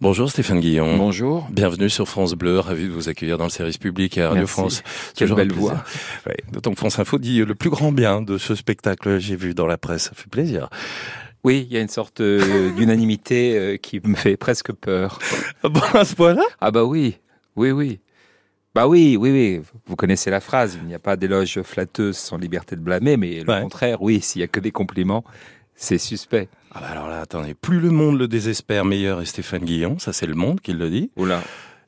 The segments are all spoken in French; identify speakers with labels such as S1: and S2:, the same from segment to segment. S1: Bonjour Stéphane Guillon.
S2: Bonjour.
S1: Bienvenue sur France Bleu, ravi de vous accueillir dans le service public et à Radio
S2: Merci.
S1: France.
S2: Quelle
S1: Toujours un
S2: belle
S1: plaisir.
S2: voix.
S1: Ouais. D'autant que France Info dit le plus grand bien de ce spectacle, j'ai vu dans la presse, ça fait plaisir.
S2: Oui, il y a une sorte euh, d'unanimité euh, qui me fait presque peur.
S1: Ah Bon, à ce point-là
S2: Ah bah oui, oui, oui. Bah oui, oui, oui. Vous connaissez la phrase, il n'y a pas d'éloge flatteuse sans liberté de blâmer, mais le
S1: Ouais.
S2: contraire, oui, s'il y a que des compliments, c'est suspect.
S1: ah bah Alors là, attendez, plus le monde le désespère, meilleur est Stéphane Guillon, ça c'est le monde qui le dit.
S2: Oula.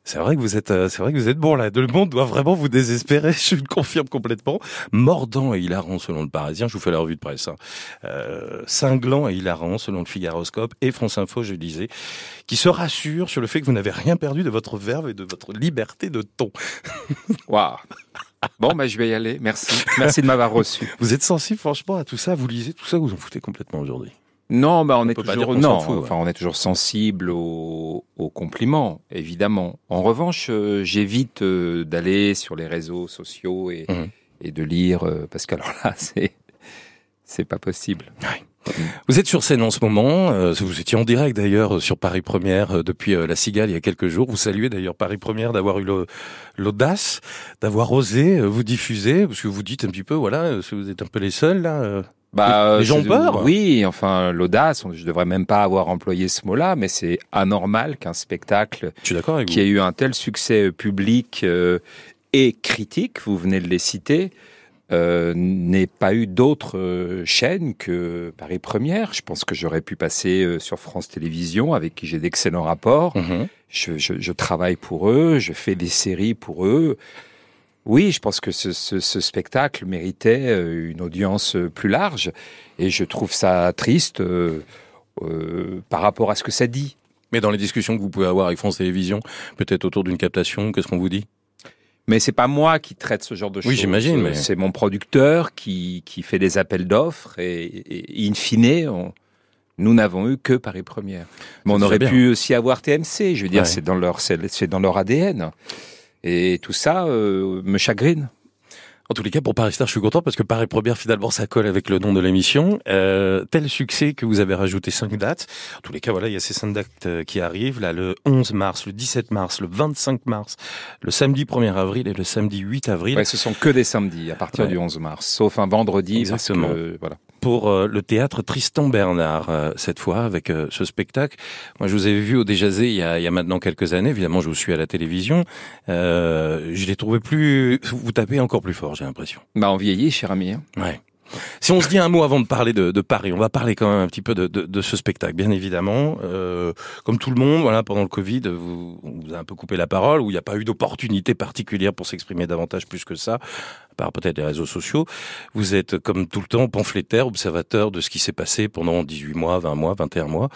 S1: C'est vrai que vous êtes, euh, c'est vrai que vous êtes bon là. Le monde doit vraiment vous désespérer. Je le confirme complètement. Mordant et hilarant selon le Parisien. Je vous fais la revue de presse. hein. Euh, cinglant et hilarant selon le Figaroscope et France Info, je disais, qui se rassure sur le fait que vous n'avez rien perdu de votre verve et de votre liberté de ton.
S2: Waouh. Bon, bah je vais y aller. Merci. Merci de m'avoir reçu.
S1: Vous êtes sensible, franchement, à tout ça. Vous lisez tout ça, vous en foutez complètement aujourd'hui.
S2: Non, bah on, est
S1: peut pas
S2: toujours
S1: dire qu'on s'en
S2: non,
S1: fout, ouais.
S2: enfin on est toujours sensible aux, aux compliments, évidemment. En revanche, euh, j'évite euh, d'aller sur les réseaux sociaux et,
S1: Mhm.
S2: et de lire euh, parce que alors là, c'est c'est pas possible.
S1: Vous êtes sur scène en ce moment. euh, vous étiez en direct d'ailleurs euh, sur Paris Première euh, depuis euh, la Cigale il y a quelques jours. Vous saluez d'ailleurs Paris Première d'avoir eu le- l'audace, d'avoir osé euh, vous diffuser, parce que vous dites un petit peu, voilà, euh, si vous êtes un peu les seuls là. euh, Les-
S2: Bah,
S1: les
S2: euh,
S1: gens ont
S2: c'est-
S1: peur
S2: Oui, enfin l'audace, on- je devrais même pas avoir employé ce mot-là, mais c'est anormal qu'un spectacle
S1: je suis d'accord avec
S2: qui a eu un tel succès euh, public euh, et critique, vous venez de les citer, euh, n'ait pas eu d'autres euh, chaînes que Paris Première. Je pense que j'aurais pu passer euh, sur France Télévisions, avec qui j'ai d'excellents rapports.
S1: vous. Mhm.
S2: Je, je- je travaille pour eux, je fais des séries pour eux. Oui, je pense que ce, ce- ce spectacle méritait euh, une audience euh, plus large, et je trouve ça triste euh, euh, par rapport à ce que ça dit.
S1: Mais dans les discussions que vous pouvez avoir avec France Télévisions, peut-être autour d'une captation, qu'est-ce qu'on vous dit
S2: Mais c'est pas moi qui traite ce genre de
S1: Oui,
S2: choses.
S1: j'imagine,
S2: Euh,
S1: mais-
S2: C'est mon producteur qui, qui fait des appels d'offres et, et in fine, on- nous n'avons eu que Paris Première. Mais on
S1: déjà
S2: aurait
S1: bien.
S2: pu aussi avoir TMC. Je veux dire,
S1: Ouais.
S2: c'est dans leur c'est c'est dans leur ADN. Et tout ça euh, me chagrine.
S1: En tous les cas, pour Paris Star, je suis content parce que Paris Première, finalement, ça colle avec le nom de l'émission. Euh, tel succès que vous avez rajouté cinq dates. En tous les cas, voilà, il y a ces cinq dates euh, qui arrivent. Là, le 11 mars, le 17 mars, le 25 mars, le samedi 1er avril et le samedi 8 avril
S2: Ouais, ce sont que des samedis à partir
S1: Ouais.
S2: du 11 mars, sauf un vendredi.
S1: Exactement.
S2: Parce que, voilà.
S1: pour euh, le théâtre Tristan Bernard, euh, cette fois, avec euh, ce spectacle. Moi, je vous avais vu au Déjazé il y a, il y a maintenant quelques années. Évidemment, je vous suis à la télévision. Euh, je l'ai trouvé plus... Vous tapez encore plus fort, j'ai l'impression.
S2: Bah, on vieillit, cher ami. hein.
S1: Ouais. Si on se dit un mot avant de parler de, de Paris, on va parler quand même un petit peu de, de- de ce spectacle, bien évidemment. Euh, comme tout le monde, voilà, pendant le Covid, vous, on vous a un peu coupé la parole, où il n'y a pas eu d'opportunité particulière pour s'exprimer davantage plus que ça, à part peut-être les réseaux sociaux. Vous êtes, comme tout le temps, pamphlétaire, observateur de ce qui s'est passé pendant 18 mois, 20 mois, 21 mois.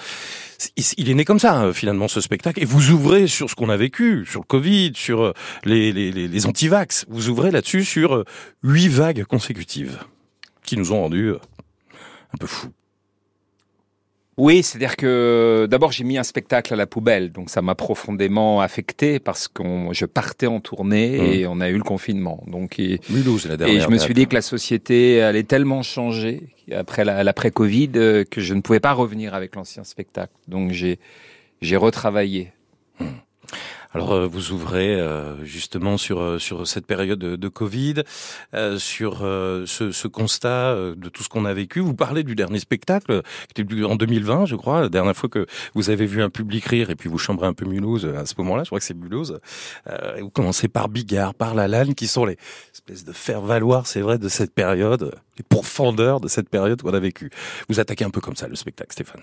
S1: C'est- Il est né comme ça, euh, finalement, ce spectacle. Et vous ouvrez sur ce qu'on a vécu, sur le Covid, sur euh, les, les, les, les antivax. Vous ouvrez là-dessus sur euh, huit vagues consécutives qui nous ont rendus euh, un peu fous.
S2: Oui, c'est-à-dire que euh, d'abord j'ai mis un spectacle à la poubelle, donc ça m'a profondément affecté parce que je partais en
S1: Mmh.
S2: tournée et on a eu le confinement. Donc et,
S1: Mulhouse, la
S2: et je me suis dit que la société allait tellement changer après la- l'après-Covid euh, que je ne pouvais pas revenir avec l'ancien spectacle. Donc j'ai j'ai retravaillé.
S1: Alors euh, vous ouvrez euh, justement sur euh, sur cette période de, de Covid, euh, sur euh, ce, ce constat euh, de tout ce qu'on a vécu. Vous parlez du dernier spectacle euh, qui était en 2020, je crois, la dernière fois que vous avez vu un public rire et puis vous chambrez un peu Mulhouse euh, à ce moment-là. Je crois que c'est Mulhouse. Euh, et vous commencez par Bigard, par Lalanne, qui sont les espèces de faire valoir, c'est vrai, de cette période, les pourfendeurs de cette période qu'on a vécue. Vous attaquez un peu comme ça le spectacle, Stéphane.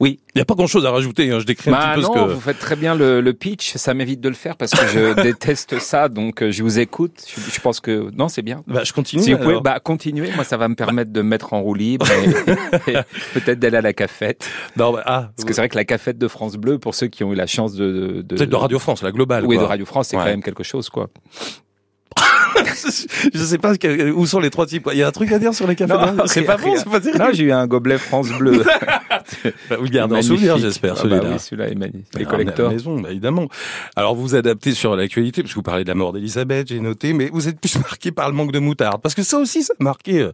S2: Oui.
S1: Il n'y a pas grand-chose à rajouter. hein, Je décris un petit
S2: Bah
S1: peu
S2: non,
S1: ce que.
S2: vous faites très bien le, le pitch, ça m'évite de le faire parce que je déteste ça, donc euh, je vous écoute. Je, je pense que non, c'est bien.
S1: Bah, je continue.
S2: Si vous pouvez,
S1: alors.
S2: bah, continuez. Moi, ça va me permettre de me mettre en roue libre et, et peut-être d'aller à la cafette.
S1: Non, bah, ah,
S2: Parce que c'est vrai que la cafette de France Bleu, pour ceux qui ont eu la chance de. de, de-
S1: Peut-être de Radio France, la globale.
S2: Oui,
S1: quoi.
S2: de Radio France, c'est
S1: Ouais.
S2: quand même quelque chose, quoi.
S1: je sais pas ce que- où sont les trois types. quoi. Il y a un truc à dire sur les cafés. de-
S2: Non,
S1: c'est
S2: rien,
S1: pas bon,
S2: rien.
S1: c'est pas terrible.
S2: Non, Ah, j'ai eu un gobelet France Bleu.
S1: Bah, vous le gardez en
S2: Magnifique.
S1: souvenir, j'espère,
S2: Ah
S1: celui-là.
S2: bah oui, celui-là est magnifique.
S1: Ah, mais
S2: Les
S1: à la
S2: collecteurs.
S1: maison, bah, évidemment. Alors, vous vous adaptez sur l'actualité, parce que vous parlez de la mort d'Elisabeth, j'ai noté, mais vous êtes plus marqué par le manque de moutarde. Parce que ça aussi, ça a marqué euh,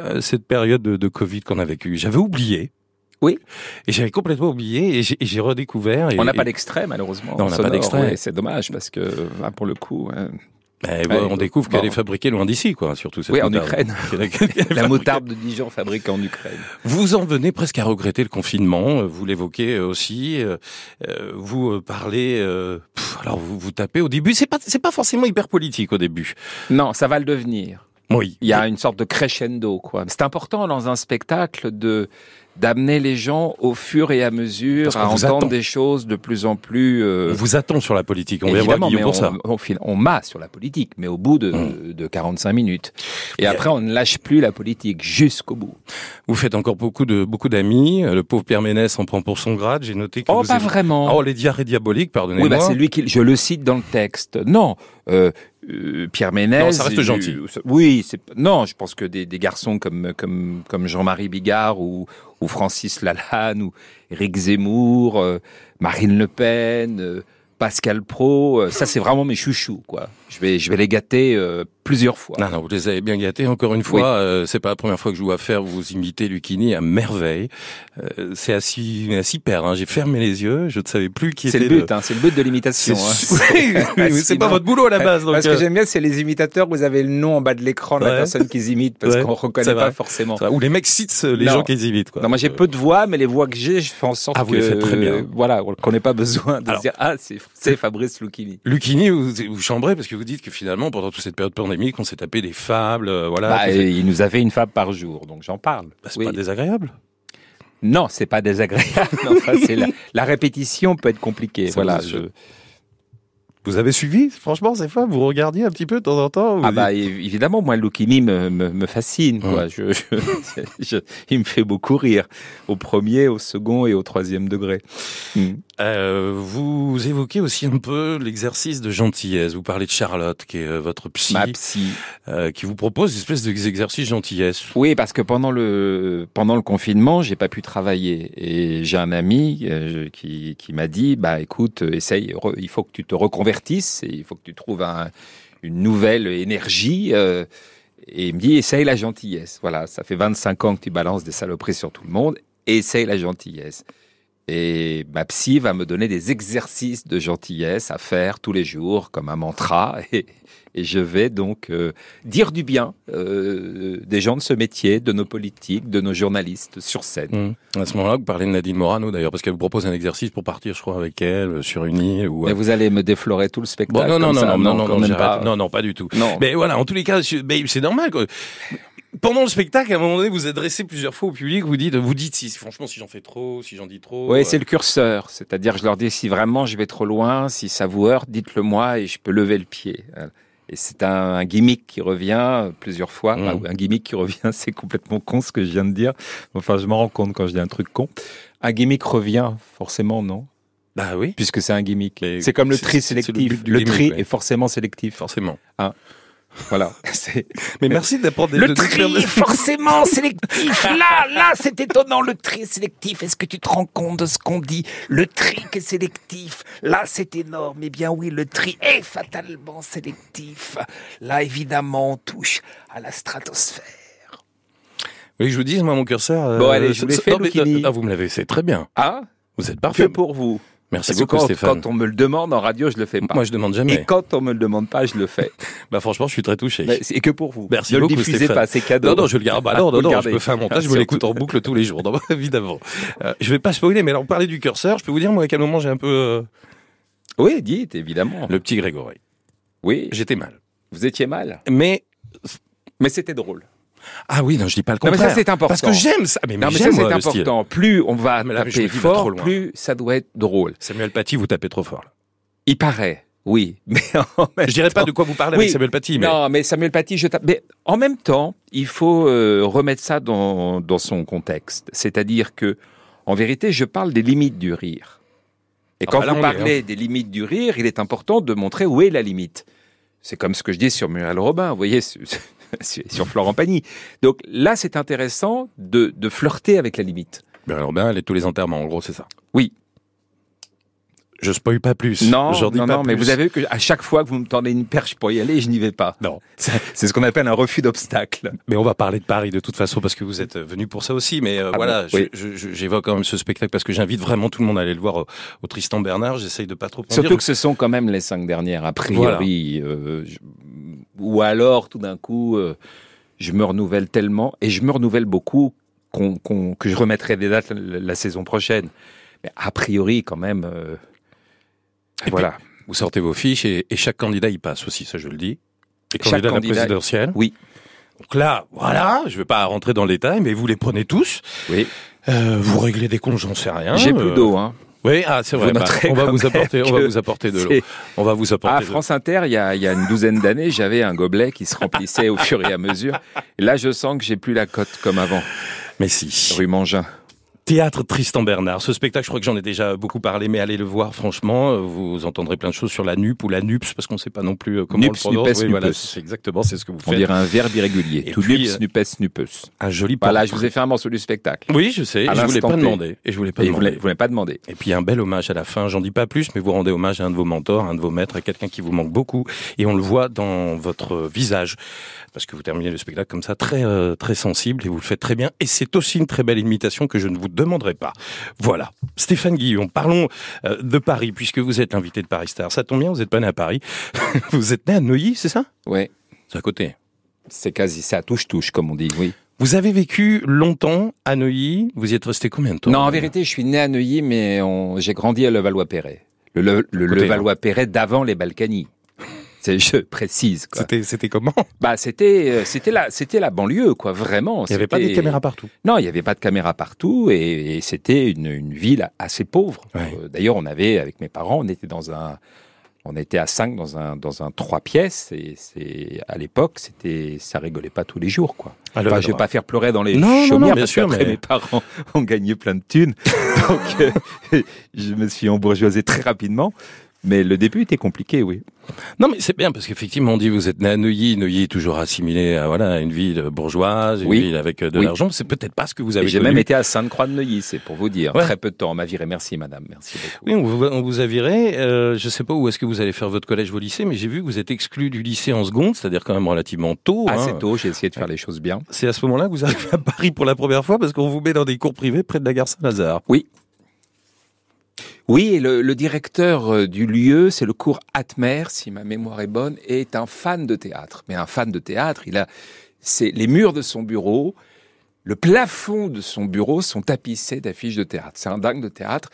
S1: euh, cette période de, de Covid qu'on a vécue. J'avais oublié
S2: Oui.
S1: Et j'avais complètement oublié et j'ai- et j'ai redécouvert. et-
S2: On n'a pas
S1: et-
S2: d'extrait, malheureusement.
S1: Non, on n'a pas
S2: sonore,
S1: d'extrait.
S2: ouais, c'est dommage parce que, ah, pour le coup, hein.
S1: Eh, ouais,
S2: Ouais,
S1: on découvre qu'elle
S2: bon.
S1: est fabriquée loin d'ici, quoi, surtout cette
S2: oui, en
S1: moutarde.
S2: Ukraine.
S1: Qu'elle est- qu'elle est
S2: La
S1: fabriquée-
S2: moutarde de Dijon fabriquée en Ukraine.
S1: Vous en venez presque à regretter le confinement, euh, vous l'évoquez euh, aussi, euh, euh, vous euh, parlez, euh, pff, alors vous, vous tapez au début, c'est pas, c'est pas forcément hyper politique au début.
S2: Non, ça va le devenir.
S1: Oui.
S2: Il y a une sorte de crescendo, quoi. C'est important dans un spectacle de d'amener les gens au fur et à mesure
S1: Parce
S2: à
S1: qu'on vous
S2: entendre
S1: attend.
S2: des choses de plus en plus. euh,
S1: On vous attend sur la politique, on vient voir
S2: évidemment,
S1: Guillaume pour
S2: mais on,
S1: ça.
S2: on file- on mât sur la politique, mais au bout de,
S1: Mm.
S2: de 45 minutes. Et
S1: Mais-
S2: après, on ne lâche plus la politique jusqu'au bout.
S1: Vous faites encore beaucoup de beaucoup d'amis, euh, le pauvre Pierre Ménès en prend pour son grade, j'ai noté que
S2: Oh,
S1: vous
S2: pas
S1: aimez-
S2: vraiment.
S1: Oh, les diarrhées diaboliques, pardonnez-moi.
S2: Oui, bah, c'est lui qui. Je le cite dans le texte. Non, euh, euh, Pierre Ménès.
S1: Non, ça reste
S2: euh,
S1: gentil.
S2: oui, c'est. Non, je pense que des, des garçons comme comme comme Jean-Marie Bigard ou ou Francis Lalanne ou Éric Zemmour, euh, Marine Le Pen. euh, Pascal Pro, euh, ça c'est vraiment mes chouchous quoi. Je vais je vais les gâter euh, plusieurs fois.
S1: Non, non, vous les avez bien gâtés. Encore une fois, euh, c'est pas la première fois que je vous vois faire. Vous imitez Lucchini à merveille. Euh, c'est à six, à six paires. Hein. J'ai fermé les yeux. Je ne savais plus qui
S2: C'est
S1: était
S2: le but, hein, c'est le but de l'imitation.
S1: C'est
S2: hein.
S1: oui, oui, oui, c'est pas
S2: Sinon-
S1: votre boulot à la base. Donc,
S2: Parce
S1: euh,
S2: que j'aime bien, c'est les imitateurs. Vous avez le nom en bas de l'écran de la
S1: Ouais.
S2: personne qu'ils imitent parce
S1: Ouais,
S2: qu'on
S1: c'est
S2: reconnaît
S1: vrai.
S2: pas forcément.
S1: ou les mecs citent euh, les
S2: Non.
S1: gens qu'ils imitent. Quoi.
S2: Non, moi j'ai peu de voix, mais les voix que j'ai, je fais en sorte
S1: Ah, vous
S2: que
S1: les faites très bien.
S2: voilà, qu'on n'ait pas besoin de
S1: Alors-
S2: dire ah c'est c'est Fabrice Lucchini.
S1: Lucchini, vous, vous chambrez parce que vous dites que finalement, pendant toute cette période pandémique, on s'est tapé des fables. euh, voilà,
S2: Bah,
S1: tout ça.
S2: et il nous a fait une fable par jour, donc j'en parle.
S1: Bah, c'est
S2: Oui.
S1: pas désagréable.
S2: Non, c'est pas désagréable. Non, enfin, c'est la, la répétition peut être compliquée.
S1: Ça
S2: voilà.
S1: vous-
S2: je-
S1: Vous avez suivi, franchement, ces fables. Vous regardiez un petit peu de temps en temps. vous
S2: Ah
S1: dites-
S2: bah é- évidemment, moi Lucchini me, me, me fascine. Quoi. Je- je- je- il me fait beaucoup rire au premier, au second et au troisième degré. Mm.
S1: Euh, vous évoquez aussi un peu l'exercice de gentillesse. Vous parlez de Charlotte, qui est euh, votre psy,
S2: Ma psy.
S1: euh, qui vous propose des espèces d'exercices gentillesse.
S2: Oui, parce que pendant le pendant le confinement, j'ai pas pu travailler et j'ai un ami euh, qui qui m'a dit bah écoute, euh, essaye, re- il faut que tu te reconvertisses, et il faut que tu trouves un- une nouvelle énergie. euh, et il me dit essaye la gentillesse. Voilà, ça fait 25 ans que tu balances des saloperies sur tout le monde, essaye la gentillesse. Et ma psy va me donner des exercices de gentillesse à faire tous les jours comme un mantra. Et, et je vais donc euh, dire du bien euh, des gens de ce métier, de nos politiques, de nos journalistes sur scène.
S1: Mm. À ce moment-là, vous parlez de Nadine Morano d'ailleurs, parce qu'elle vous propose un exercice pour partir, je crois, avec elle euh, sur une île. Ou...
S2: Mais vous allez me déflorer tout le
S1: Bon,
S2: spectacle.
S1: non, non,
S2: comme
S1: non,
S2: ça,
S1: non, non, non,
S2: quand
S1: non,
S2: même
S1: j'arrête.
S2: pas.
S1: non, non, pas du tout.
S2: Non.
S1: Mais voilà, en tous les cas, je- mais c'est normal. quoi. Pendant le spectacle, à un moment donné, vous adressez plusieurs fois au public, vous dites, vous dites si, franchement, si j'en fais trop, si j'en dis trop.
S2: Oui,
S1: euh,
S2: c'est le curseur. C'est-à-dire, je leur dis si vraiment je vais trop loin, si ça vous heurte, dites-le moi et je peux lever le pied. Voilà. Et c'est un, un gimmick qui revient euh, plusieurs fois.
S1: Mhm.
S2: Bah, un gimmick qui revient, c'est complètement con ce que je viens de dire. Enfin, je m'en rends compte quand je dis un truc con. Un gimmick revient, forcément, non
S1: Bah oui,
S2: Puisque c'est un gimmick.
S1: Mais
S2: C'est comme le
S1: c'est-
S2: tri
S1: c'est- c'est le but
S2: sélectif.
S1: du
S2: Le,
S1: gimmick,
S2: tri
S1: ouais.
S2: est forcément sélectif.
S1: forcément.
S2: Voilà. C'est-
S1: Mais merci d'apprendre des
S2: Le
S1: de- de-
S2: tri est forcément sélectif. Là, là, c'est étonnant. Le tri est sélectif. Est-ce que tu te rends compte de ce qu'on dit Le tri est sélectif. Là, c'est énorme. Eh bien oui, le tri est fatalement sélectif. Là, évidemment, on touche à la stratosphère.
S1: Oui, je vous dis, moi, mon curseur. euh,
S2: Bon, allez, je vous l'ai
S1: ça-
S2: fait,
S1: non, mais-
S2: Lucchini.
S1: Ah, vous me l'avez fait très bien.
S2: Ah,
S1: Vous êtes parfait.
S2: pour vous.
S1: Merci
S2: Parce que
S1: beaucoup,
S2: quand,
S1: Stéphane.
S2: quand on me le demande en radio, je le fais pas.
S1: Moi, je demande jamais.
S2: Et quand on me le demande pas, je le fais.
S1: Bah, franchement, je suis très touché.
S2: Mais- Et que pour vous.
S1: Merci
S2: ne
S1: beaucoup,
S2: le diffusez
S1: Stéphane.
S2: pas, c'est cadeau.
S1: Non, non, je le garde. Bah,
S2: Ah,
S1: non,
S2: vous
S1: non,
S2: le
S1: non, je
S2: gardez. Ah,
S1: peux faire un montage, je me l'écoute en boucle tous les jours, non, évidemment. Euh, je vais pas spoiler, mais alors, on parlait du curseur, je peux vous dire, moi, à quel moment j'ai un peu... euh,
S2: Oui, dites, évidemment.
S1: Le petit Grégory.
S2: Oui,
S1: J'étais mal.
S2: vous étiez mal.
S1: Mais...
S2: Mais c'était drôle.
S1: Ah oui, non, je dis pas le
S2: Non, mais
S1: contraire.
S2: ça, c'est important.
S1: Parce que j'aime ça. Mais,
S2: Non, mais ça,
S1: j'aime,
S2: c'est
S1: moi, le style.
S2: important. Plus on va
S1: Mais là, je me
S2: taper
S1: dis, il va
S2: fort,
S1: trop loin.
S2: plus ça doit être drôle.
S1: Samuel Paty, vous tapez trop fort. là.
S2: Il paraît, oui. Mais en même
S1: Je dirais pas de quoi vous parlez
S2: Oui.
S1: avec Samuel Paty, mais...
S2: Non, mais Samuel Paty, je tape. Mais en même temps, il faut euh, remettre ça dans, dans son contexte. C'est-à-dire que, en vérité, je parle des limites du rire. Et
S1: Ah
S2: quand
S1: bah là,
S2: vous
S1: on est,
S2: parlez des limites du rire, il est important de montrer où est la limite. C'est comme ce que je dis sur Muriel Robin, vous voyez, sur, sur- sur Florent Pagny. Donc là, c'est intéressant de- de flirter avec la limite.
S1: Ben, alors, ben, les- tous les enterrements, en gros, c'est ça.
S2: Oui.
S1: je spoil pas plus.
S2: Non,
S1: J'en dis
S2: non,
S1: pas
S2: non, mais
S1: plus.
S2: vous avez vu que à chaque fois que vous me tendez une perche pour y aller, je n'y vais pas.
S1: Non.
S2: C'est c'est ce qu'on appelle un refus d'obstacle.
S1: Mais on va parler de Paris de toute façon parce que vous êtes venu pour ça aussi. Mais euh,
S2: Ah
S1: voilà,
S2: bon, oui.
S1: je- je- je- j'évoque quand même ce spectacle parce que j'invite vraiment tout le monde à aller le voir au, au Tristan Bernard. J'essaye de pas trop en
S2: Surtout
S1: dire.
S2: que ce sont quand même les cinq dernières, a priori. euh, je- ou alors, tout d'un coup, euh, je me renouvelle tellement, et je me renouvelle beaucoup, qu'on- qu'on- que je remettrai des dates la, la saison prochaine. Mais a priori, quand même, euh,
S1: puis,
S2: voilà.
S1: Vous sortez vos fiches et, et chaque candidat y passe aussi, ça je le dis. Les
S2: Chaque
S1: candidats à la
S2: candidat-
S1: présidentielle.
S2: Oui.
S1: Donc là, voilà, je vais pas rentrer dans le détail, mais vous les prenez tous.
S2: Oui.
S1: Euh, vous réglez des comptes, j'en sais rien.
S2: J'ai
S1: Euh,
S2: plus d'eau. Hein.
S1: Oui, ah, c'est vrai.
S2: Vous
S1: bah,
S2: noterez
S1: on va
S2: quand
S1: vous
S2: même
S1: apporter, on va
S2: que
S1: vous apporter de l'eau.
S2: C'est-
S1: On va vous apporter.
S2: À
S1: de-
S2: France Inter, il y a, il y a une douzaine d'années, j'avais un gobelet qui se remplissait au fur et à mesure. Et là, je sens que j'ai plus la cote comme avant,
S1: Mais si.
S2: rue Mangin.
S1: Théâtre Tristan Bernard. Ce spectacle, je crois que j'en ai déjà beaucoup parlé, mais allez le voir, franchement. euh, Vous entendrez plein de choses sur la NUP ou la NUPS, parce qu'on ne sait pas non plus euh, comment
S2: Nups,
S1: on le prononce.
S2: Nupes,
S1: Oui, voilà,
S2: Nupes.
S1: c'est exactement, c'est ce que vous
S2: On
S1: faites.
S2: dirait un verbe irrégulier.
S1: Et
S2: Tout
S1: puis,
S2: nups,
S1: euh,
S2: nupes, nupus.
S1: Un joli
S2: Voilà,
S1: portrait.
S2: je vous ai fait un morceau du spectacle.
S1: Oui, je sais.
S2: À
S1: et Je voulais
S2: l'instant
S1: pas
S2: T.
S1: demander. Et je voulais pas
S2: Et vous
S1: demander.
S2: ne m'avez pas demandé.
S1: Et puis un bel hommage à la fin, j'en dis pas plus, mais vous rendez hommage à un de vos mentors, à un de vos maîtres, à quelqu'un qui vous manque beaucoup, et on le voit dans votre visage, parce que vous terminez le spectacle comme ça, très euh, très sensible, et vous le faites très bien, et c'est aussi une très belle imitation que je ne vous demanderai pas. Voilà. Stéphane Guillon, parlons euh, de Paris, puisque vous êtes l'invité de Paris Star. Ça tombe bien, vous n'êtes pas né à Paris, vous êtes né à Neuilly, c'est ça
S2: Oui,
S1: C'est à côté.
S2: c'est quasi ça, touche-touche, comme on dit, oui.
S1: Vous avez vécu longtemps à Neuilly, vous y êtes resté combien de temps
S2: Non, en vérité, je suis né à Neuilly, mais on- j'ai grandi à Levallois-Perret. Le, le- le
S1: Côté,
S2: Levallois-Perret d'avant les Balkany. C'est, je précise, quoi.
S1: C'était c'était comment
S2: Bah, c'était, euh, c'était la, c'était la banlieue, quoi, vraiment.
S1: Il n'y avait pas
S2: C'était-
S1: des caméras partout.
S2: Non, il n'y avait pas de caméra partout et, et c'était une, une ville assez pauvre.
S1: Ouais.
S2: Euh, D'ailleurs, on avait, avec mes parents, on était dans un, on était à 5 dans un, dans un 3 pièces et c'est, à l'époque, c'était, ça rigolait pas tous les jours, quoi.
S1: Alors,
S2: Enfin, je vais pas faire pleurer dans les
S1: Non, non, non,
S2: chaumières
S1: bien
S2: parce
S1: sûr,
S2: qu'après,
S1: mais-
S2: mes parents ont gagné plein de thunes. Donc, euh, je me suis embourgeoisé très rapidement. Mais le début était compliqué, oui.
S1: Non, mais c'est bien parce qu'effectivement, on dit vous êtes né à Neuilly. Neuilly est toujours assimilé à voilà à une ville bourgeoise, une
S2: Oui.
S1: ville avec euh, de
S2: Oui.
S1: l'argent. C'est peut-être pas ce que vous
S2: Et
S1: avez
S2: j'ai
S1: connu.
S2: même été à Sainte-Croix-de-Neuilly, c'est pour vous dire.
S1: Ouais.
S2: Très peu de temps, on m'a viré. Merci, madame. Merci beaucoup.
S1: Oui, on vous, on vous a viré. Euh, je sais pas où est-ce que vous allez faire votre collège ou lycée, mais j'ai vu que vous êtes exclu du lycée en seconde, c'est-à-dire quand même relativement tôt. hein.
S2: Assez tôt, j'ai essayé de faire les choses bien.
S1: C'est à ce moment-là que vous arrivez à Paris pour la première fois parce qu'on vous met dans des cours privés près de la gare Saint-Lazare.
S2: Oui, et le, le directeur euh, du lieu, c'est le cours Atmer, si ma mémoire est bonne, est un fan de théâtre. Mais un fan de théâtre, il a c'est les murs de son bureau, le plafond de son bureau sont tapissés d'affiches de théâtre. C'est un dingue de théâtre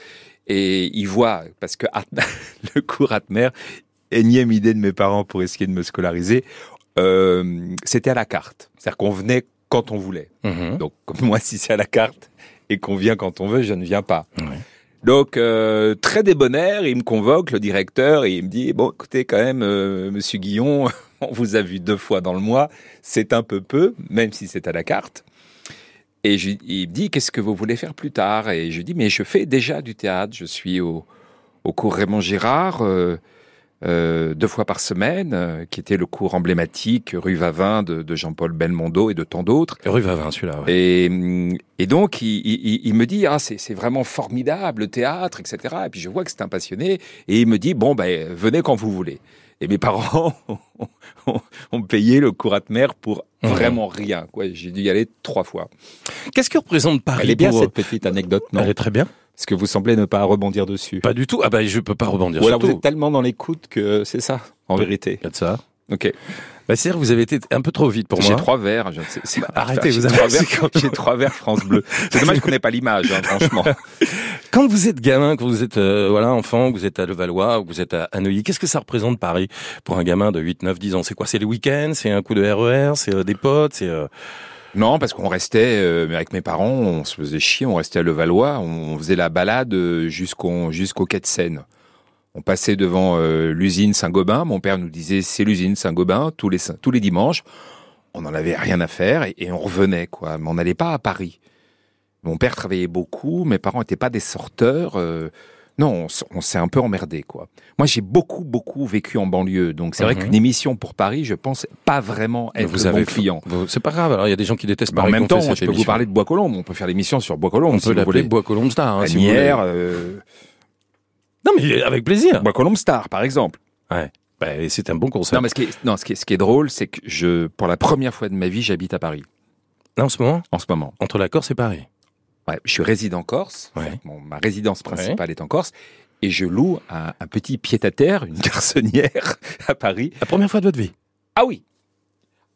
S2: et il voit parce que Atmer- le cours Atmer, énième idée de mes parents pour essayer de me scolariser, euh, c'était à la carte, c'est-à-dire qu'on venait quand on voulait.
S1: Mmh.
S2: Donc, comme moi, si c'est à la carte et qu'on vient quand on veut, je ne viens pas.
S1: Ouais.
S2: Donc, euh, très débonnaire, il me convoque, le directeur, et il me dit, bon, écoutez, quand même, euh, monsieur Guillon, on vous a vu deux fois dans le mois, c'est un peu peu, même si c'est à la carte. Et je- il me dit, qu'est-ce que vous voulez faire plus tard Et je lui dis, mais je fais déjà du théâtre, je suis au, au cours Raymond Girard, euh, euh, deux fois par semaine, euh, qui était le cours emblématique rue Vavin de- de Jean-Paul Belmondo et de tant d'autres.
S1: Euh, Rue Vavin, celui-là. ouais.
S2: Et, hum, et donc, il, il- il- il me dit, ah, c'est c'est vraiment formidable, le théâtre, etc. Et puis, je vois que c'est un passionné. Et il me dit, bon, ben, venez quand vous voulez. Et mes parents ont, ont- ont payé le cours de mer pour
S1: Mhm.
S2: vraiment rien. quoi. J'ai dû y aller trois fois.
S1: Qu'est-ce que représente Paris
S2: Elle est bien
S1: Ah, pour-
S2: cette petite anecdote, non
S1: Elle est très bien.
S2: Parce que vous semblez ne pas rebondir dessus.
S1: Pas du tout. Ah bah je peux pas rebondir
S2: Ou alors
S1: sur
S2: vous
S1: tout.
S2: êtes tellement dans l'écoute que c'est ça, en vérité.
S1: Regarde ça.
S2: Ok.
S1: Bah, c'est-à-dire que vous avez été un peu trop vite pour
S2: J'ai
S1: moi. hein.
S2: trois verres. je ne sais- c'est pas
S1: Arrêtez,
S2: faire.
S1: vous
S2: Bah, J'ai
S1: avez
S2: trois verres- J'ai trois verres France Bleu. C'est dommage qu'on n'ait pas l'image, hein, franchement.
S1: Quand vous êtes gamin, quand vous êtes euh, voilà enfant, que vous êtes à Levallois ou que vous êtes à, à Neuilly, qu'est-ce que ça représente Paris pour un gamin de 8, 9, 10 ans C'est quoi C'est les week-ends C'est un coup de RER C'est euh, des potes C'est euh,
S2: Non, parce qu'on restait euh, avec mes parents, on se faisait chier, on restait à Levallois, on, on faisait la balade euh, jusqu'au jusqu'au quai de Seine. On passait devant euh, l'usine Saint-Gobain, mon père nous disait c'est l'usine Saint-Gobain tous les tous les dimanches. On n'en avait rien à faire et, et on revenait quoi, mais on n'allait pas à Paris. Mon père travaillait beaucoup, mes parents n'étaient pas des sorteurs. euh, non, on s- on s'est un peu emmerdé quoi. Moi, j'ai beaucoup beaucoup vécu en banlieue, donc c'est vrai
S1: Mhm.
S2: qu'une émission pour Paris, je pense pas vraiment être
S1: vous
S2: le
S1: avez
S2: bon client.
S1: vous- C'est pas grave. Alors il y a des gens qui détestent
S2: Mais en
S1: Paris.
S2: même
S1: qui ont
S2: temps,
S1: fait
S2: je
S1: cette
S2: peux vous
S1: émission.
S2: parler de Bois Colombe. On peut faire l'émission sur Bois Colombe.
S1: On
S2: si
S1: peut
S2: vous
S1: l'appeler
S2: voulez.
S1: Bois Colombes Star. hein, si vous voulez.
S2: Lanière, euh,
S1: Non, mais avec plaisir.
S2: Moi, Colombe Star, par exemple.
S1: Bah, c'est un bon conseil.
S2: Non, mais ce qui est, non, ce qui est, ce qui est drôle, c'est que je, pour la première fois de ma vie, j'habite à Paris
S1: Là, en ce moment,
S2: en ce moment.
S1: entre la Corse et Paris.
S2: Ouais, je suis résident corse.
S1: Ouais.
S2: Mon- ma résidence principale est en Corse. Et je loue un, un petit pied-à-terre, une garçonnière à Paris.
S1: La première fois de votre vie.
S2: Ah oui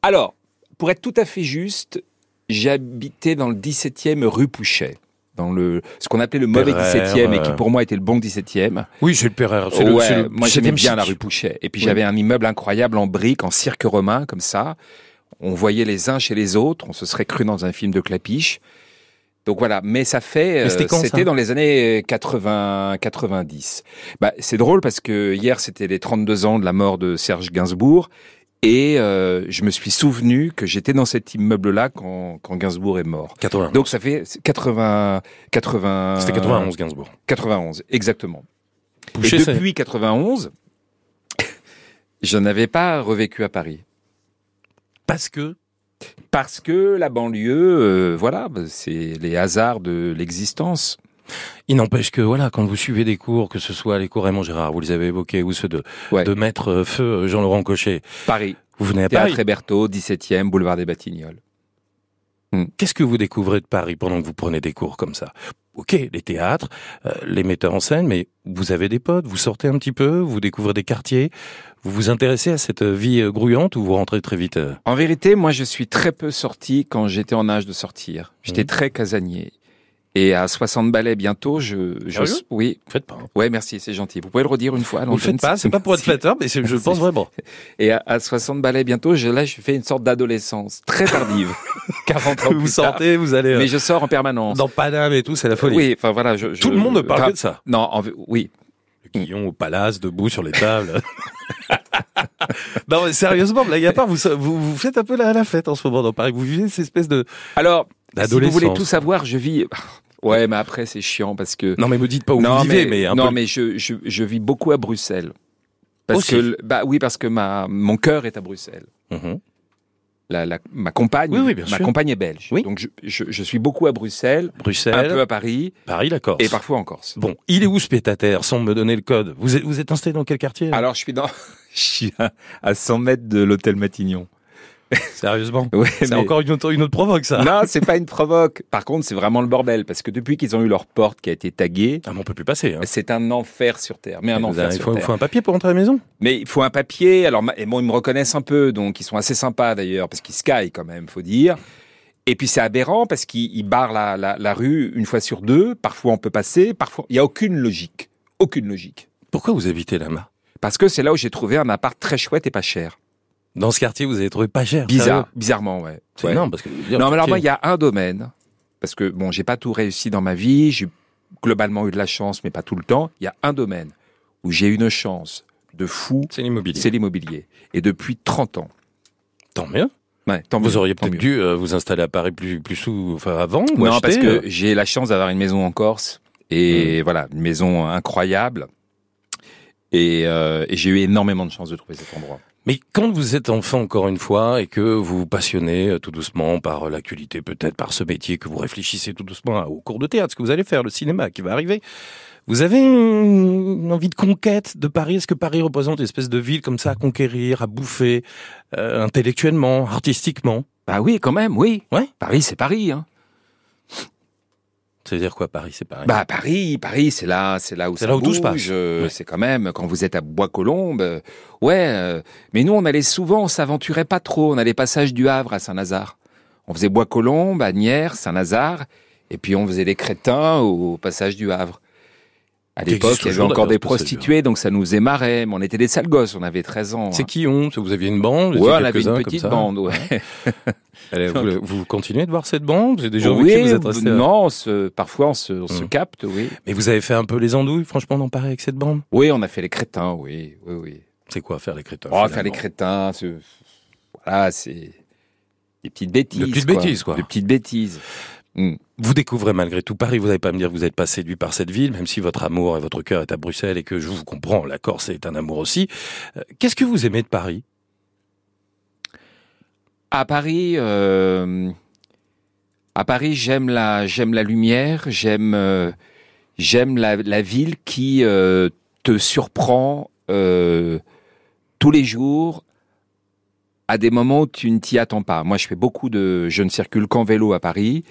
S2: Alors, pour être tout à fait juste, j'habitais dans le 17e rue Pouchet. Dans le, ce qu'on appelait le mauvais
S1: Perrère,
S2: 17e et qui
S1: euh.
S2: pour moi était le bon 17e.
S1: Oui, c'est le Pereire. Oh, c'est le-
S2: Ouais,
S1: c'est le
S2: moi
S1: 17e
S2: j'aimais bien la
S1: siècle.
S2: rue Pouchet. Et puis
S1: Oui.
S2: j'avais un immeuble incroyable en briques, en cirque romain, comme ça. On voyait les uns chez les autres, on se serait cru dans un film de clapiche. Donc voilà, mais ça fait,
S1: Mais c'était
S2: euh,
S1: quand, ça
S2: c'était dans les années 80, 90. Bah, c'est drôle parce que hier c'était les 32 ans de la mort de Serge Gainsbourg et euh, je me suis souvenu que j'étais dans cet immeuble-là quand, quand Gainsbourg est mort.
S1: 80.
S2: Donc ça fait 80, 80,
S1: C'était 91, Gainsbourg.
S2: 91, exactement.
S1: Pouchet,
S2: Et
S1: c'est-
S2: depuis 91, je n'avais pas revécu à Paris.
S1: Parce que.
S2: Parce que la banlieue, euh, voilà, bah, c'est les hasards de l'existence.
S1: Il n'empêche que, voilà, quand vous suivez des cours, que ce soit les cours Raymond Gérard, vous les avez évoqués, ou ceux de,
S2: Ouais.
S1: de Maître euh, Feu euh, Jean-Laurent Cochet,
S2: Paris,
S1: vous venez à Paris.
S2: Théâtre Héberto, 17e, boulevard des Batignolles.
S1: Qu'est-ce que vous découvrez de Paris pendant que vous prenez des cours comme ça Ok, les théâtres, euh, les metteurs en scène, mais vous avez des potes, vous sortez un petit peu, vous découvrez des quartiers, vous vous intéressez à cette euh, vie euh, grouillante ou vous rentrez très vite euh
S2: En vérité, moi, je suis très peu sorti quand j'étais en âge de sortir. J'étais
S1: Mhm.
S2: très casanier. Et à 60 balais bientôt, je, je
S1: Sérieux
S2: oui,
S1: Vous faites pas. hein.
S2: ouais, merci, c'est gentil. Vous pouvez le redire une fois. à
S1: Vous le
S2: l'antenne,
S1: faites pas, c'est pas pour être
S2: Merci.
S1: flatteur, mais c'est- je le pense vraiment.
S2: Et à, à 60 balais bientôt, je, là, je fais une sorte d'adolescence très tardive. 40 ans
S1: Vous
S2: plus tard.
S1: sortez, vous allez euh,
S2: Mais je sors en permanence.
S1: dans Paname et tout, c'est la folie.
S2: Oui, enfin voilà. je- je-
S1: Tout le monde ne parle
S2: enfin,
S1: que de ça.
S2: Non, en- oui.
S1: Guillon au palace, debout sur les tables. non, mais sérieusement, blague à part, vous, vous, vous faites un peu la, la fête en ce moment dans Paris. Vous vivez cette espèce de.
S2: Alors, si vous
S1: D'adolescence.
S2: voulez tout savoir, je vis. Ouais, mais après c'est chiant parce que.
S1: Non, mais me dites pas où
S2: non,
S1: vous vivez, mais, un
S2: non,
S1: peu.
S2: mais je, je, je vis beaucoup à Bruxelles. Parce
S1: Aussi.
S2: que le- bah oui, parce que ma mon cœur est à Bruxelles.
S1: Mhm.
S2: La, la- ma compagne,
S1: Oui, oui, bien
S2: ma
S1: sûr.
S2: compagne est belge.
S1: Oui.
S2: Donc je, je, je suis beaucoup à Bruxelles, un
S1: Bruxelles,
S2: peu à Paris
S1: Paris, la Corse.
S2: et parfois en Corse.
S1: Bon, il est où ce pétataire, sans me donner le code vous êtes, vous êtes installé dans quel quartier
S2: Alors je suis dans, je suis à, à 100 mètres de l'hôtel Matignon.
S1: Sérieusement
S2: Ouais,
S1: C'est
S2: mais-
S1: encore une autre, une autre provoque, ça.
S2: Non, c'est pas une provoque. Par contre, c'est vraiment le bordel parce que depuis qu'ils ont eu leur porte qui a été taguée,
S1: Ah, mais on peut plus passer. Hein.
S2: c'est un enfer sur terre. Mais un
S1: Vous
S2: enfer
S1: avez- il
S2: sur
S1: faut,
S2: terre.
S1: faut un papier pour entrer à la maison
S2: Mais il faut un papier. Alors, ma- et bon, ils me reconnaissent un peu, donc ils sont assez sympas d'ailleurs parce qu'ils sky quand même, faut dire. Et puis c'est aberrant parce qu'ils ils barrent la, la- la rue une fois sur deux. Parfois on peut passer, parfois il y a aucune logique, aucune logique.
S1: Pourquoi vous habitez là-bas
S2: Parce que c'est là où j'ai trouvé un appart très chouette et pas cher.
S1: Dans ce quartier, vous avez trouvé pas cher. sérieux
S2: Bizarre, bizarrement, ouais.
S1: C'est
S2: Ouais.
S1: énorme, parce que.
S2: Non, mais alors moi, il y a un domaine, parce que bon, j'ai pas tout réussi dans ma vie, j'ai globalement eu de la chance, mais pas tout le temps. Il y a un domaine où j'ai une chance de fou,
S1: C'est l'immobilier.
S2: c'est l'immobilier. Et depuis 30 ans.
S1: Tant mieux.
S2: Ouais, tant mieux,
S1: Vous auriez
S2: tant
S1: peut-être
S2: mieux.
S1: dû euh, vous installer à Paris plus, plus sous, enfin, avant ou
S2: Non,
S1: acheter,
S2: parce
S1: euh,
S2: que j'ai la chance d'avoir une maison en Corse, et voilà, une maison incroyable. Et, euh, et j'ai eu énormément de chance de trouver cet endroit.
S1: Mais quand vous êtes enfant, encore une fois, et que vous vous passionnez euh, tout doucement par euh, l'actualité, peut-être par ce métier, que vous réfléchissez tout doucement à- au cours de théâtre, ce que vous allez faire, le cinéma qui va arriver, vous avez une une envie de conquête de Paris Est-ce que Paris représente une espèce de ville comme ça à conquérir, à bouffer, euh, intellectuellement, artistiquement
S2: Bah oui, quand même, oui.
S1: Ouais.
S2: Paris, c'est Paris. Hein.
S1: C'est-à-dire quoi, Paris C'est Paris
S2: Bah Paris, Paris, c'est là, c'est là où
S1: C'est
S2: ça
S1: là où tout se
S2: bouge,
S1: passe.
S2: euh,
S1: Ouais.
S2: C'est quand même quand vous êtes à Bois Colombes, euh, ouais. euh, mais nous, on allait souvent, on s'aventurait pas trop. On allait passage du Havre à Saint-Lazare. On faisait Bois Colombes, Agnières, Saint-Lazare, et puis on faisait les crétins au passage du Havre. À
S1: Qui
S2: l'époque,
S1: existe
S2: il y avait
S1: toujours,
S2: encore
S1: d'ailleurs,
S2: des
S1: ce Passage du
S2: prostituées, donc ça nous faisait marrer. Mais on était des sales gosses, on avait 13 ans.
S1: C'est
S2: hein.
S1: qui on Vous aviez une bande vous
S2: Ouais, on
S1: étiez
S2: avait
S1: quelques-uns
S2: une
S1: comme
S2: petite
S1: ça
S2: bande. ouais.
S1: Allez, vous, vous continuez de voir cette bande J'ai déjà
S2: Oui,
S1: vu que vous êtes resté. là.
S2: non, on se- parfois on, se, on se
S1: Mm.
S2: capte, oui.
S1: Mais vous avez fait un peu les andouilles, franchement, dans Paris avec cette bande
S2: Oui, on a fait les crétins, oui, oui, oui.
S1: C'est quoi faire les crétins
S2: Oh,
S1: finalement
S2: faire les crétins, ce- voilà, c'est des petites bêtises.
S1: Des petites
S2: quoi.
S1: bêtises, quoi.
S2: Des petites bêtises.
S1: Vous découvrez malgré tout Paris, vous n'allez pas me dire que vous n'êtes pas séduit par cette ville, même si votre amour et votre cœur est à Bruxelles et que je vous comprends, la Corse est un amour aussi. Euh, Qu'est-ce que vous aimez de Paris
S2: À Paris, euh, à Paris, j'aime la, j'aime la lumière, j'aime, euh, J'aime la, la ville qui euh, te surprend euh, tous les jours à des moments où tu ne t'y attends pas. Moi, je fais beaucoup de... Je ne circule qu'en vélo à Paris.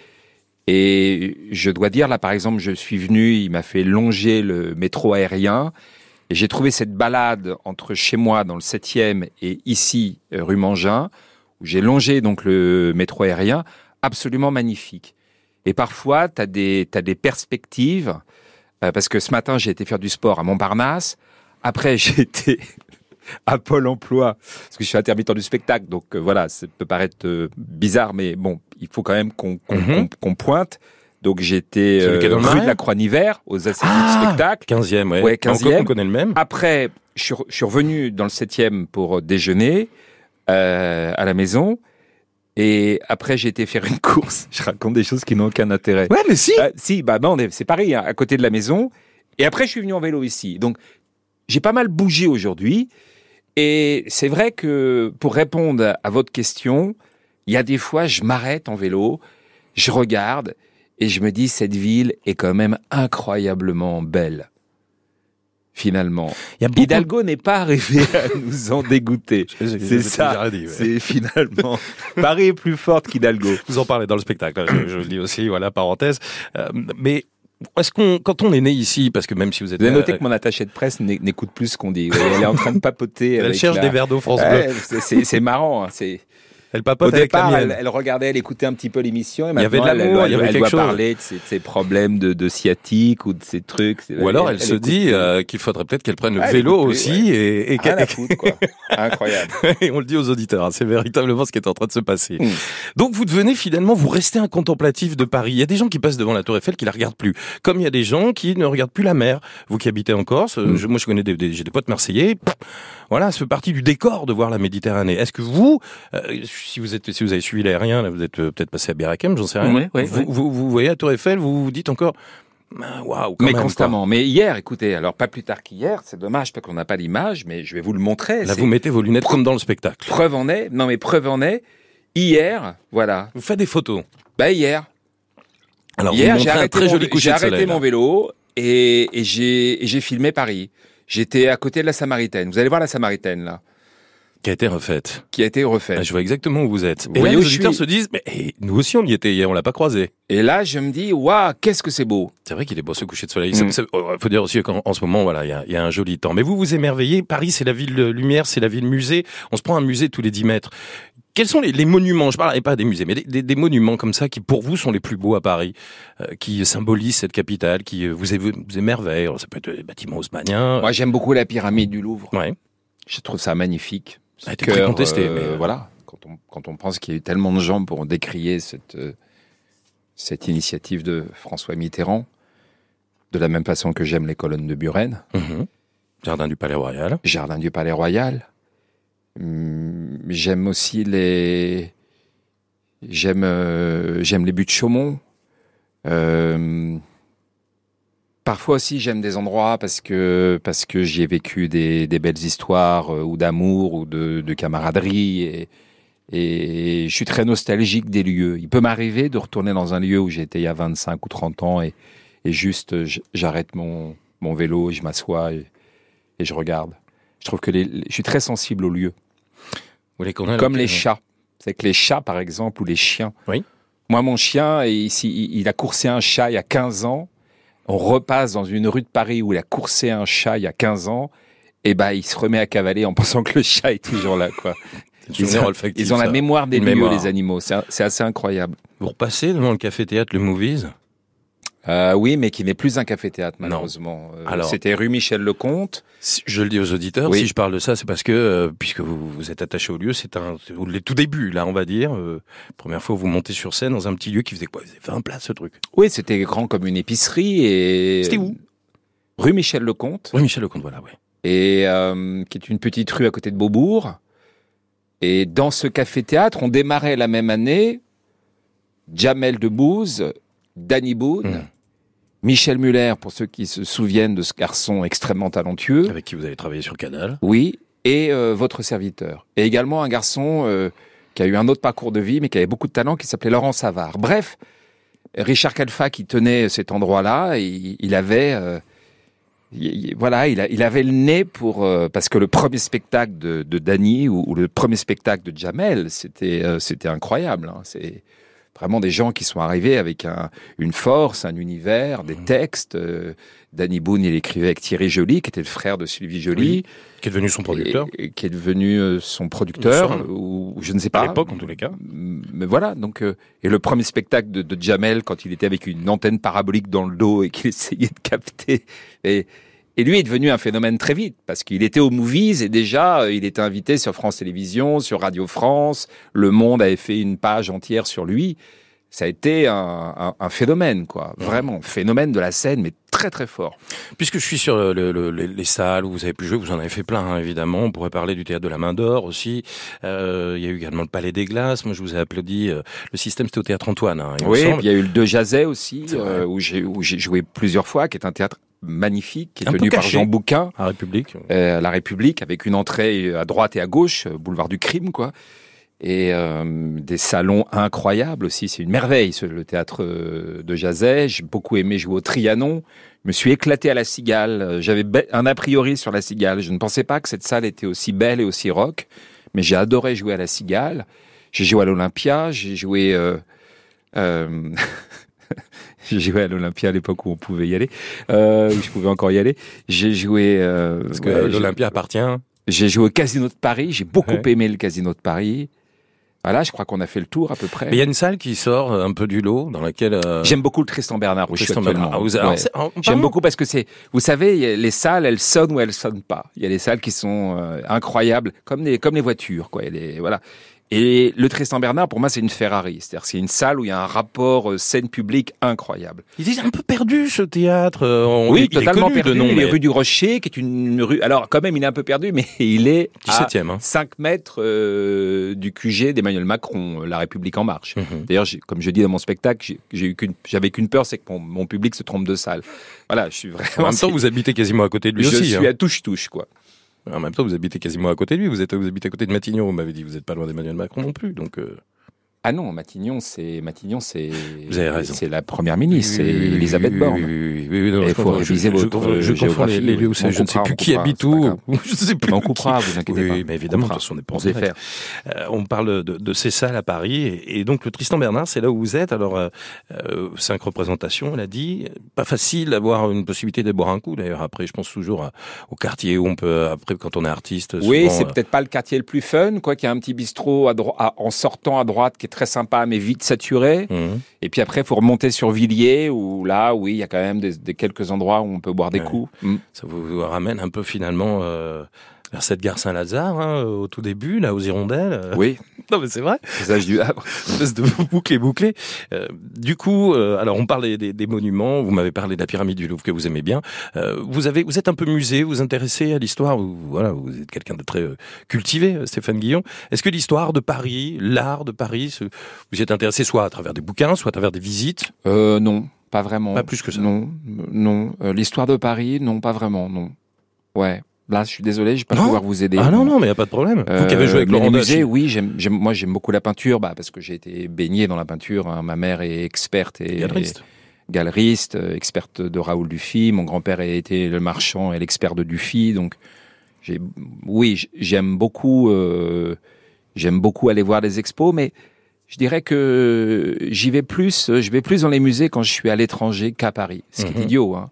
S2: Et je dois dire, là, par exemple, je suis venu, il m'a fait longer le métro aérien. Et j'ai trouvé cette balade entre chez moi, dans le 7e, et ici, euh, rue Mangin, où j'ai longé donc le métro aérien, absolument magnifique. Et parfois, tu as des, t'as des perspectives, euh, parce que ce matin, j'ai été faire du sport à Montparnasse. Après, j'ai été à Pôle emploi, parce que je suis intermittent du spectacle, donc euh, voilà, ça peut paraître euh, bizarre, mais bon, il faut quand même qu'on qu'on-
S1: Mhm.
S2: qu'on- qu'on pointe. Donc j'étais
S1: Celui qui est dans le
S2: rue de
S1: Marais
S2: la Croix-Niver, aux Assises
S1: Ah
S2: du spectacle.
S1: 15e, ouais.
S2: Ouais,
S1: Bah, on co-
S2: 15e.
S1: On connaît le même.
S2: Après, je suis re- je suis revenu dans le 7e pour déjeuner euh, à la maison. Et après, j'ai été faire une course. Je raconte des choses qui n'ont aucun intérêt.
S1: Ouais, mais si
S2: Euh, si, bah non, on est- c'est Paris, hein, à côté de la maison. Et après, je suis venu en vélo ici. Donc, j'ai pas mal bougé aujourd'hui. Et c'est vrai que pour répondre à votre question, il y a des fois, je m'arrête en vélo, je regarde et je me dis, cette ville est quand même incroyablement belle. Finalement.
S1: Il y a beaucoup
S2: Hidalgo n'est pas arrivé à nous en dégoûter.
S1: de- J'ai- j'ai-
S2: c'est
S1: j'ai
S2: ça.
S1: déjà dit, ouais.
S2: C'est finalement. Paris est plus forte qu'Hidalgo.
S1: Vous en parlez dans le spectacle, hein, je, je le dis aussi, voilà, parenthèse. Euh, mais est-ce qu'on, quand on est né ici, parce que même si vous êtes euh,
S2: Vous avez
S1: né à-
S2: noté que mon attaché de presse n'é- n'écoute plus ce qu'on dit. Elle est en train de papoter.
S1: elle
S2: avec
S1: cherche
S2: la-
S1: des verres d'eau France Bleu,
S2: Ouais, c'est- c'est c'est marrant. hein, c'est-
S1: elle
S2: Au
S1: papote avec la
S2: départ,
S1: mienne.
S2: elle, elle regardait, elle écoutait un petit peu l'émission. et
S1: Il y avait de
S2: maintenant, elle-
S1: l'amour,
S2: elle,
S1: il y avait
S2: elle
S1: quelque
S2: doit
S1: chose.
S2: parler de ses, de ses problèmes de, de sciatique ou de ses trucs.
S1: Ou alors elle, se
S2: écoute
S1: dit
S2: plus.
S1: euh, qu'il faudrait peut-être qu'elle prenne le
S2: Ah, elle
S1: vélo
S2: écoute plus,
S1: aussi et, et
S2: Rien
S1: qu'elle-
S2: à foutre, quoi. Incroyable.
S1: et on le dit aux auditeurs, hein, c'est véritablement ce qui est en train de se passer.
S2: Mm.
S1: Donc vous devenez finalement, vous restez un contemplatif de Paris. Il y a des gens qui passent devant la Tour Eiffel qui la regardent plus, comme il y a des gens qui ne regardent plus la mer. Vous qui habitez en Corse, euh,
S2: Mm.
S1: je- moi je connais des, des- j'ai des potes marseillais. pff, Voilà, ça fait partie du décor de voir la Méditerranée. Est-ce que vous, euh, si vous êtes, si vous avez suivi l'aérien, là, vous êtes euh, peut-être passé à Birakem, j'en sais rien.
S2: Oui, oui,
S1: vous,
S2: oui.
S1: vous- vous voyez la Tour Eiffel, vous vous dites encore, Ah, waouh, quand
S2: Mais
S1: même, quoi.
S2: constamment. Mais hier, écoutez, alors pas plus tard qu'hier, c'est dommage parce qu'on n'a pas l'image, mais je vais vous le montrer.
S1: Là,
S2: c'est-
S1: vous mettez vos lunettes comme dans le spectacle.
S2: Preuve en est. Non, mais preuve en est. Hier, voilà.
S1: Vous faites des photos.
S2: Bah hier,
S1: Alors,
S2: Hier,
S1: vous
S2: j'ai
S1: montrez un
S2: arrêté,
S1: très
S2: mon,
S1: joli coucher
S2: j'ai
S1: de
S2: arrêté
S1: soleil.
S2: mon vélo et, et j'ai et j'ai filmé Paris. J'étais à côté de la Samaritaine. Vous allez voir la Samaritaine, là,
S1: qui a été refaite.
S2: qui a été refaite.
S1: Ah, je vois exactement où vous êtes.
S2: Vous
S1: et là,
S2: voyez
S1: les
S2: où je
S1: auditeurs
S2: suis
S1: se disent, mais eh, nous aussi, on y était hier, on l'a pas croisé.
S2: Et là, je me dis, waouh, qu'est-ce que c'est beau.
S1: C'est vrai qu'il est beau ce coucher de soleil.
S2: Mm.
S1: C'est- c'est- oh, faut dire aussi qu'en en ce moment, voilà, il y a- il y, a un joli temps. Mais vous vous émerveillez. Paris, c'est la ville euh, lumière, c'est la ville musée. On se prend un musée tous les 10 mètres. Quels sont les, les monuments Je parle pas des musées, mais des, des- des monuments comme ça qui, pour vous, sont les plus beaux à Paris, euh, qui symbolisent cette capitale, qui euh, vous, é- vous émerveillent. Alors, Ça peut être les bâtiments haussmanniens.
S2: Moi, j'aime beaucoup la pyramide du Louvre.
S1: Ouais.
S2: Je trouve ça magnifique. Ce
S1: Elle était très
S2: cœur, euh,
S1: contestée, mais- euh,
S2: voilà. Quand on, quand on pense qu'il y a eu tellement de gens pour décrier cette, euh, cette initiative de François Mitterrand, de la même façon que j'aime les colonnes de Buren,
S1: Mhm. Jardin du Palais Royal.
S2: Jardin du Palais Royal. Hum, J'aime aussi les. J'aime euh, j'aime les buts de Chaumont. Euh, Parfois aussi, j'aime des endroits parce que, parce que j'y ai vécu des, des belles histoires euh, ou d'amour ou de, de camaraderie. Et, et je suis très nostalgique des lieux. Il peut m'arriver de retourner dans un lieu où j'étais il y a 25 ou 30 ans et, et juste euh, j- j'arrête mon, mon vélo, je m'assois et, et je regarde. Je trouve que les- les- je suis très sensible aux lieux,
S1: Vous voulez qu'on aille-
S2: comme les chats. C'est que les chats, par exemple, ou les chiens.
S1: Oui.
S2: Moi, mon chien, ici, il il a coursé un chat il y a 15 ans. On repasse dans une rue de Paris où il a coursé un chat il y a 15 ans. Et ben, il se remet à cavaler en pensant que le chat est toujours là, quoi.
S1: C'est un souvenir
S2: ont-
S1: olfactif,
S2: Ils ont la
S1: ça.
S2: mémoire des
S1: Une
S2: lieux,
S1: mémoire.
S2: les animaux. C'est un- c'est assez incroyable.
S1: Vous repassez devant le café-théâtre, le Movies
S2: Euh, oui, mais qui n'est plus un café-théâtre, malheureusement. Euh,
S1: Alors-
S2: C'était rue Michel Lecomte.
S1: Si- Je le dis aux auditeurs,
S2: Oui.
S1: si je parle de ça, c'est parce que, euh, puisque vous, vous êtes attaché au lieu, c'est un, c'est les tout débuts, là, on va dire. euh, première fois, vous montez sur scène dans un petit lieu qui faisait quoi Il faisait 20 places, ce truc.
S2: Oui, c'était grand comme une épicerie. et
S1: C'était où
S2: Rue Michel Lecomte.
S1: Oui, Michel Lecomte, voilà, ouais.
S2: et euh, qui est une petite rue à côté de Beaubourg. Et dans ce café-théâtre, on démarrait la même année Jamel Debbouze, Danny Boone,
S1: Mm.
S2: Michel Muller, pour ceux qui se souviennent de ce garçon extrêmement talentueux.
S1: Avec qui vous avez travaillé sur Canal.
S2: Oui, et euh, votre serviteur. Et également un garçon euh, qui a eu un autre parcours de vie, mais qui avait beaucoup de talent, qui s'appelait Laurent Savard. Bref, Richard Calfa qui tenait cet endroit-là, il, il avait euh, il- il- voilà, il, a- il avait le nez pour euh, parce que le premier spectacle de, de Dany ou, ou le premier spectacle de Jamel, c'était euh, c'était incroyable. hein. C'est vraiment des gens qui sont arrivés avec un, une force, un univers, des textes. Euh, Danny Boone, il écrivait avec Thierry Joly, qui était le frère de Sylvie Joly,
S1: qui est devenu son producteur
S2: et- et qui est devenu euh, son producteur
S1: Il me semble.
S2: ou ou je ne sais pas.
S1: à l'époque en tous les cas.
S2: Mais voilà, donc euh, et le premier spectacle de, de Jamel quand il était avec une antenne parabolique dans le dos et qu'il essayait de capter et et lui est devenu un phénomène très vite parce qu'il était aux movies et déjà euh, il était invité sur France Télévisions, sur Radio France, Le Monde avait fait une page entière sur lui. Ça a été un, un- un phénomène quoi, vraiment phénomène de la scène mais très très fort.
S1: Puisque je suis sur le- le- le- les, les salles où vous avez pu jouer, vous en avez fait plein hein, évidemment. On pourrait parler du théâtre de la Main d'Or aussi. Euh, il y a eu également le Palais des Glaces. Moi, je vous ai applaudi. euh, le système, c'était au théâtre Antoine. hein, il me
S2: oui,
S1: semble.
S2: puis il y a eu le De Jazet aussi
S1: C'est vrai.
S2: euh, où j'ai où j'ai joué plusieurs fois, qui est un théâtre magnifique, qui est
S1: Un peu
S2: tenu par
S1: caché.
S2: Jean Bouquin.
S1: à République.
S2: euh, à la République avec une entrée à droite et à gauche, euh, boulevard du crime, quoi. Et euh, des salons incroyables aussi. C'est une merveille, ce- le théâtre euh, de Jazet. J'ai beaucoup aimé jouer au Trianon. Je me suis éclaté à la Cigale. Euh, J'avais be- un a priori sur la Cigale. Je ne pensais pas que cette salle était aussi belle et aussi rock. Mais j'ai adoré jouer à la Cigale. J'ai joué à l'Olympia. J'ai joué. euh, euh, j'ai joué à l'Olympia à l'époque où on pouvait y aller, euh, où je pouvais encore y aller. J'ai joué. euh,
S1: Parce que
S2: ouais,
S1: euh,
S2: j'ai-
S1: l'Olympia appartient.
S2: j'ai joué au Casino de Paris, j'ai beaucoup
S1: Ouais.
S2: aimé le Casino de Paris. Voilà, je crois qu'on a fait le tour à peu près.
S1: Mais il y a une salle qui sort euh, un peu du lot, dans laquelle. euh,
S2: J'aime beaucoup le Tristan Bernard où je suis
S1: Tristan
S2: actuellement.
S1: Bernard House. Ah, Alors,
S2: Ouais.
S1: c'est- en-
S2: J'aime
S1: pardon
S2: beaucoup parce que c'est, vous savez, il y a- les salles, elles sonnent ou elles sonnent pas. Il y a des salles qui sont euh, incroyables, comme les, comme les voitures, quoi. Et les- voilà. Et le Tristan Bernard, pour moi, c'est une Ferrari. C'est-à-dire, c'est une salle où il y a un rapport euh, scène publique incroyable.
S1: Il est un peu perdu ce théâtre. euh, on-
S2: oui,
S1: il- il est
S2: totalement
S1: connu
S2: perdu.
S1: de nom,
S2: il
S1: mais
S2: est rue du Rocher, qui est une rue. Alors, quand même, il est un peu perdu, mais il est à
S1: 17e. hein.
S2: 5 mètres euh, du QG d'Emmanuel Macron, euh, La République en marche.
S1: Mhm.
S2: D'ailleurs, j'ai- comme je dis dans mon spectacle, j'ai- j'ai eu qu'une- j'avais qu'une peur, c'est que mon, mon public se trompe de salle. Voilà, je suis
S1: En
S2: vraiment.
S1: même temps, vous habitez quasiment à côté de lui
S2: je
S1: aussi.
S2: suis
S1: hein.
S2: à touche-touche, quoi.
S1: En même temps, vous habitez quasiment à côté de lui. Vous êtes, vous habitez à côté de Matignon. Vous m'avez dit, vous n'êtes pas loin d'Emmanuel Macron non plus. Donc, euh,
S2: Ah non, Matignon, c'est Matignon, c'est
S1: Vous avez raison.
S2: c'est la première ministre, c'est
S1: oui, oui, oui,
S2: Elisabeth
S1: oui,
S2: Borne.
S1: oui, oui, oui, oui, non,
S2: Et
S1: je
S2: il faut
S1: confonds-
S2: réviser
S1: je- je-
S2: votre,
S1: Je,
S2: euh,
S1: confonds les,
S2: géographie,
S1: les lieux où
S2: oui.
S1: c'est-
S2: On
S1: Je ne sais
S2: comprend,
S1: plus
S2: on
S1: qui
S2: comprend,
S1: habite
S2: c'est pas
S1: où.
S2: grave.
S1: Je ne sais plus.
S2: Mais on
S1: qui-
S2: coupera, vous inquiétez
S1: Oui,
S2: pas.
S1: mais
S2: On
S1: évidemment, de
S2: coupera.
S1: toute façon, on est pas
S2: On
S1: en
S2: sait
S1: direct.
S2: faire.
S1: Euh, on parle de, de ces salles à Paris. Et, et donc, le Tristan Bernard, c'est là où vous êtes. Alors, euh, euh, cinq représentations, on l'a dit. Pas facile d'avoir une possibilité de boire un coup. D'ailleurs, après, je pense toujours à- au quartier où on peut, après, quand on est artiste.
S2: Oui,
S1: souvent,
S2: c'est
S1: euh,
S2: peut-être pas le quartier le plus fun, quoi. Qu'il y a un petit bistrot à dro- à- en sortant à droite qui est très sympa, mais vite saturé.
S1: hum.
S2: Et puis après, faut remonter sur Villiers, où là, oui, il y a quand même des, des quelques endroits où on peut boire des
S1: Ouais.
S2: coups.
S1: Ça vous, vous ramène un peu finalement euh, vers cette gare Saint-Lazare, hein, au tout début, là, aux Hirondelles. euh.
S2: Oui,
S1: Non, mais c'est vrai.
S2: visage du Havre.
S1: Espèce de boucle et bouclée. Euh, du coup, euh, alors on parle des, des- des monuments. Vous m'avez parlé de la pyramide du Louvre que vous aimez bien. Euh, vous avez, vous êtes un peu musée, vous vous intéressez à l'histoire. Vous, voilà, vous êtes quelqu'un de très euh, cultivé, euh, Stéphane Guillon. Est-ce que l'histoire de Paris, l'art de Paris, ce- vous y êtes intéressé soit à travers des bouquins, soit à travers des visites
S2: Euh, non, pas vraiment.
S1: Pas plus que ça.
S2: Non, euh, non. Euh, L'histoire de Paris, non, pas vraiment, non. Ouais. Là, je suis désolé, je vais pas
S1: Non.
S2: pouvoir vous aider.
S1: Ah non, non, mais y a pas de problème. vous qui avez joué avec
S2: Euh, mais
S1: Laurent
S2: les
S1: Dutch,
S2: musées, oui, j'aime, j'aime- moi j'aime beaucoup la peinture, bah, parce que j'ai été baigné dans la peinture. hein. Ma mère est experte et
S1: galeriste.
S2: galeriste, euh, experte de Raoul Dufy. Mon grand-père a été le marchand et l'expert de Dufy. Donc, j'ai, oui, j- j'aime beaucoup, euh, j'aime beaucoup aller voir les expos, mais je dirais que j'y vais plus, euh, je vais plus dans les musées quand je suis à l'étranger qu'à Paris. Ce qui
S1: Mhm.
S2: est idiot, hein.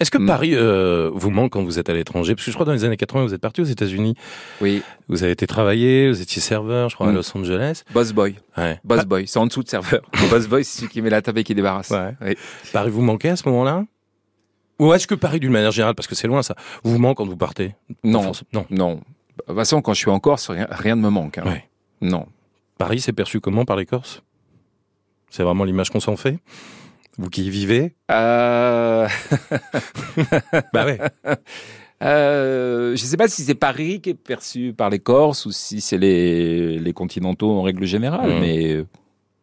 S1: Est-ce que
S2: Mm.
S1: Paris euh, vous manque quand vous êtes à l'étranger Parce que je crois dans les années 80, vous êtes parti aux États-Unis.
S2: Oui.
S1: Vous avez été travailler, vous étiez serveur, je crois, à
S2: Mm.
S1: Los Angeles.
S2: Boss boy.
S1: Ouais.
S2: Boss boy. C'est en dessous de serveur. Le Bah boss boy, c'est celui qui met la table et qui débarrasse.
S1: Ouais.
S2: Oui.
S1: Paris vous manquait à ce moment-là Ou est-ce que Paris, d'une manière générale, parce que c'est loin ça, vous manque quand vous partez En
S2: Non.
S1: France Non.
S2: Non. De toute façon, quand je suis en Corse, rien, rien ne me manque. hein.
S1: Ouais.
S2: Non.
S1: Paris, c'est perçu comment par les Corses C'est vraiment l'image qu'on s'en fait Vous qui y vivez
S2: Euh...
S1: Bah ouais.
S2: Euh, je ne sais pas si c'est Paris qui est perçu par les Corses ou si c'est les, les continentaux en règle générale,
S1: Mhm.
S2: mais euh,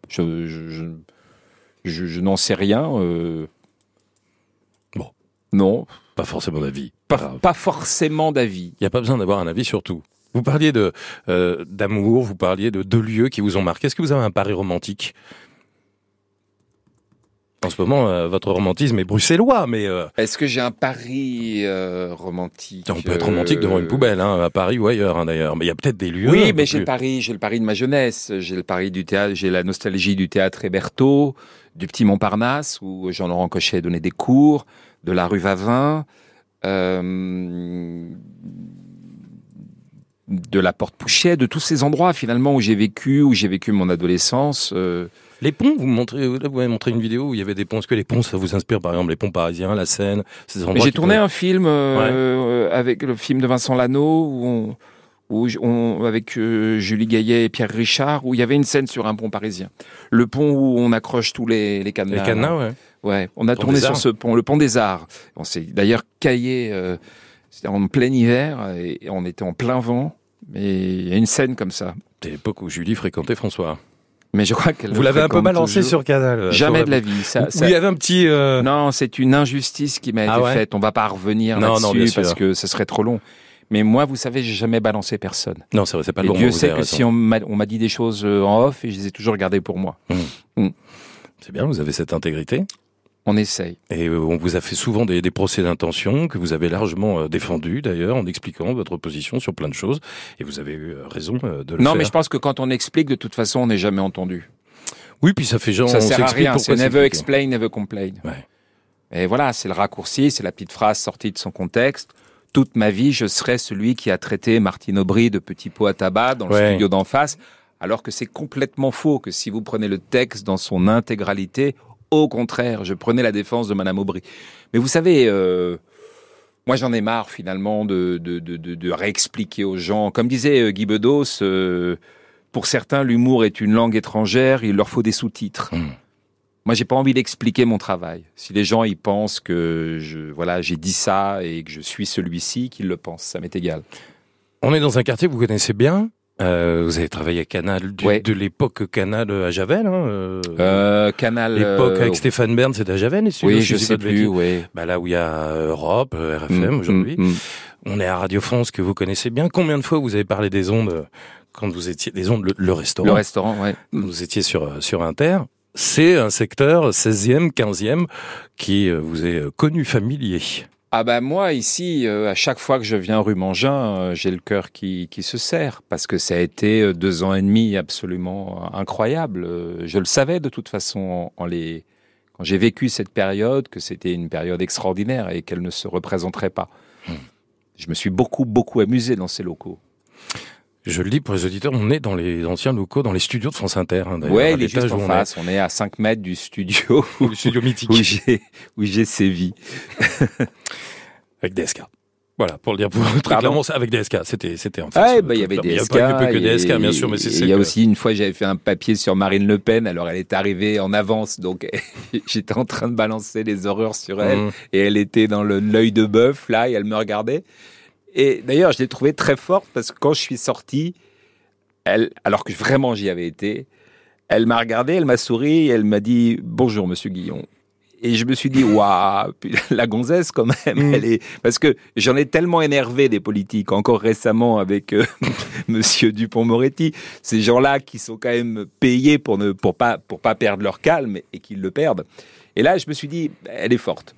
S2: je, je, je, je- je n'en sais rien. euh.
S1: Bon.
S2: Non,
S1: Pas forcément d'avis.
S2: pas,
S1: Pas grave.
S2: pas forcément d'avis.
S1: Il n'y a pas besoin d'avoir un avis sur tout. Vous parliez de euh, d'amour, vous parliez de deux lieux qui vous ont marqué. Est-ce que vous avez un Paris romantique En ce moment, euh, votre romantisme est bruxellois, mais euh,
S2: Est-ce que j'ai un pari euh, romantique
S1: on peut être
S2: euh,
S1: romantique devant une poubelle, hein, à Paris ou ailleurs hein, d'ailleurs. Mais il y a peut-être des lieux. un
S2: Oui,
S1: peu
S2: mais j'ai
S1: plus-
S2: le pari, j'ai le pari de ma jeunesse, j'ai le pari du théâtre, j'ai la nostalgie du théâtre Héberto, du petit Montparnasse où Jean-Laurent Cochet donnait des cours, de la rue Vavin, euh, de la Porte Pouchet, de tous ces endroits finalement où j'ai vécu, où j'ai vécu mon adolescence. euh,
S1: Les ponts, vous montrez, là, vous m'avez montré une vidéo où il y avait des ponts. Est-ce que les ponts, ça vous inspire par exemple les ponts parisiens, la Seine, ces endroits
S2: Mais J'ai
S1: qui
S2: tourné
S1: peuvent-
S2: un film euh, euh, avec le film de Vincent Lano où on, où j- on- avec euh, Julie Gaillet et Pierre Richard où il y avait une scène sur un pont parisien. Le pont où on accroche tous les, les cadenas.
S1: les cadenas, ouais.
S2: Ouais, on a
S1: Pont
S2: tourné
S1: des
S2: sur
S1: Arts.
S2: ce pont, le pont des Arts. On s'est d'ailleurs caillé, euh, c'était en plein hiver et on était en plein vent. Mais il y a une scène comme ça.
S1: C'était l'époque où Julie fréquentait François.
S2: Mais je crois qu'elle
S1: Vous
S2: le
S1: l'avez un peu
S2: fréquente
S1: balancé
S2: toujours.
S1: sur Canal. euh,
S2: Jamais
S1: sur
S2: de la vie. Ça,
S1: Vous-
S2: ça-
S1: Il y avait un petit. euh,
S2: Non, c'est une injustice qui m'a
S1: Ah
S2: été
S1: ouais
S2: faite. On va pas revenir
S1: Non, non, bien
S2: là-dessus
S1: sûr.
S2: parce que ce serait trop long. Mais moi, vous savez, j'ai jamais balancé personne.
S1: Non, c'est vrai, c'est pas
S2: et
S1: le bon
S2: Dieu
S1: moment, vous
S2: sait
S1: avez
S2: que
S1: raison.
S2: si on m'a on m'a dit des choses euh, en off, et je les ai toujours gardées pour moi.
S1: C'est bien, vous avez cette intégrité.
S2: On essaye.
S1: Et euh, on vous a fait souvent des, des procès d'intention que vous avez largement euh, défendus d'ailleurs en expliquant votre position sur plein de choses. Et vous avez eu euh, raison euh, de le
S2: non,
S1: faire.
S2: mais je pense que quand on explique, de toute façon, on n'est jamais entendu.
S1: Oui, puis ça fait genre
S2: Ça
S1: on
S2: sert à
S1: s'explique
S2: rien.
S1: pourquoi
S2: C'est never
S1: compliqué.
S2: explain, never complain.
S1: Ouais.
S2: Et voilà, c'est le raccourci, c'est la petite phrase sortie de son contexte. Toute ma vie, je serai celui qui a traité Martine Aubry de petit pot à tabac dans le
S1: Ouais.
S2: studio d'en face, alors que c'est complètement faux, que si vous prenez le texte dans son intégralité, au contraire, je prenais la défense de Madame Aubry. Mais vous savez, euh, moi j'en ai marre finalement de, de, de, de- de réexpliquer aux gens. Comme disait euh, Guy Bedos, euh, pour certains, l'humour est une langue étrangère, il leur faut des sous-titres.
S1: Mm.
S2: Moi, j'ai pas envie d'expliquer mon travail. Si les gens y pensent que je, voilà, j'ai dit ça et que je suis celui-ci, qu'ils le pensent, ça m'est égal.
S1: On est dans un quartier que vous connaissez bien. Euh, vous avez travaillé à Canal du-
S2: Ouais.
S1: de l'époque Canal à Javel. Hein, euh,
S2: Euh, canal.
S1: l'époque
S2: euh,
S1: avec Stéphane Bern, c'est à Javel. et celui-là,
S2: Oui,
S1: si
S2: je
S1: dis
S2: sais
S1: pas de bêtises.
S2: plus. Mm, Oui.
S1: Bah là où il y a Europe, euh, RFM aujourd'hui. On est à Radio France que vous connaissez bien. Combien de fois vous avez parlé des ondes euh, quand vous étiez des ondes le, le restaurant
S2: Le restaurant, ouais.
S1: quand vous étiez sur euh, sur Inter C'est un secteur 16e, 15e qui euh, vous est euh, connu, familier.
S2: Ah bah moi ici, euh, à chaque fois que je viens rue Mangin, euh, j'ai le cœur qui, qui se serre parce que ça a été euh, deux ans et demi absolument incroyable. Euh, Je le savais de toute façon en, en les quand j'ai vécu cette période que c'était une période extraordinaire et qu'elle ne se représenterait pas.
S1: Hmm.
S2: Je me suis beaucoup beaucoup amusé dans ces locaux.
S1: Je le dis pour les auditeurs, on est dans les anciens locaux, dans les studios de France Inter. Hein, d'ailleurs,
S2: ouais,
S1: à
S2: il est
S1: l'étage
S2: juste
S1: où
S2: en
S1: on est.
S2: face. On est à 5 mètres du studio
S1: Le studio mythique.
S2: où j'ai où j'ai sévi.
S1: Avec DSK. Voilà, pour le dire pour très
S2: Pardon
S1: clairement, c'est avec DSK, c'était c'était en fait.
S2: Ah,
S1: ce
S2: eh ben, il y avait
S1: truc-là. Mais
S2: des SK.
S1: Il n'y a pas que DSK, bien sûr, mais c'est c'est
S2: Il y a
S1: que-
S2: aussi une fois, j'avais fait un papier sur Marine Le Pen, alors elle est arrivée en avance, donc j'étais en train de balancer les horreurs sur elle,
S1: Mmh.
S2: et elle était dans le- l'œil de bœuf, là, et elle me regardait. Et d'ailleurs, je l'ai trouvée très forte, parce que quand je suis sorti, elle, alors que vraiment j'y avais été, elle m'a regardé, elle m'a souri, et elle m'a dit « Bonjour, Monsieur Guillon ». Et je me suis dit, waouh, putain, la gonzesse quand même,
S1: Mm.
S2: elle est. Parce que j'en ai tellement énervé des politiques, encore récemment avec euh, Monsieur Dupont-Moretti, ces gens-là qui sont quand même payés pour ne pour pas, pour pas perdre leur calme et qu'ils le perdent. Et là, je me suis dit, elle est forte.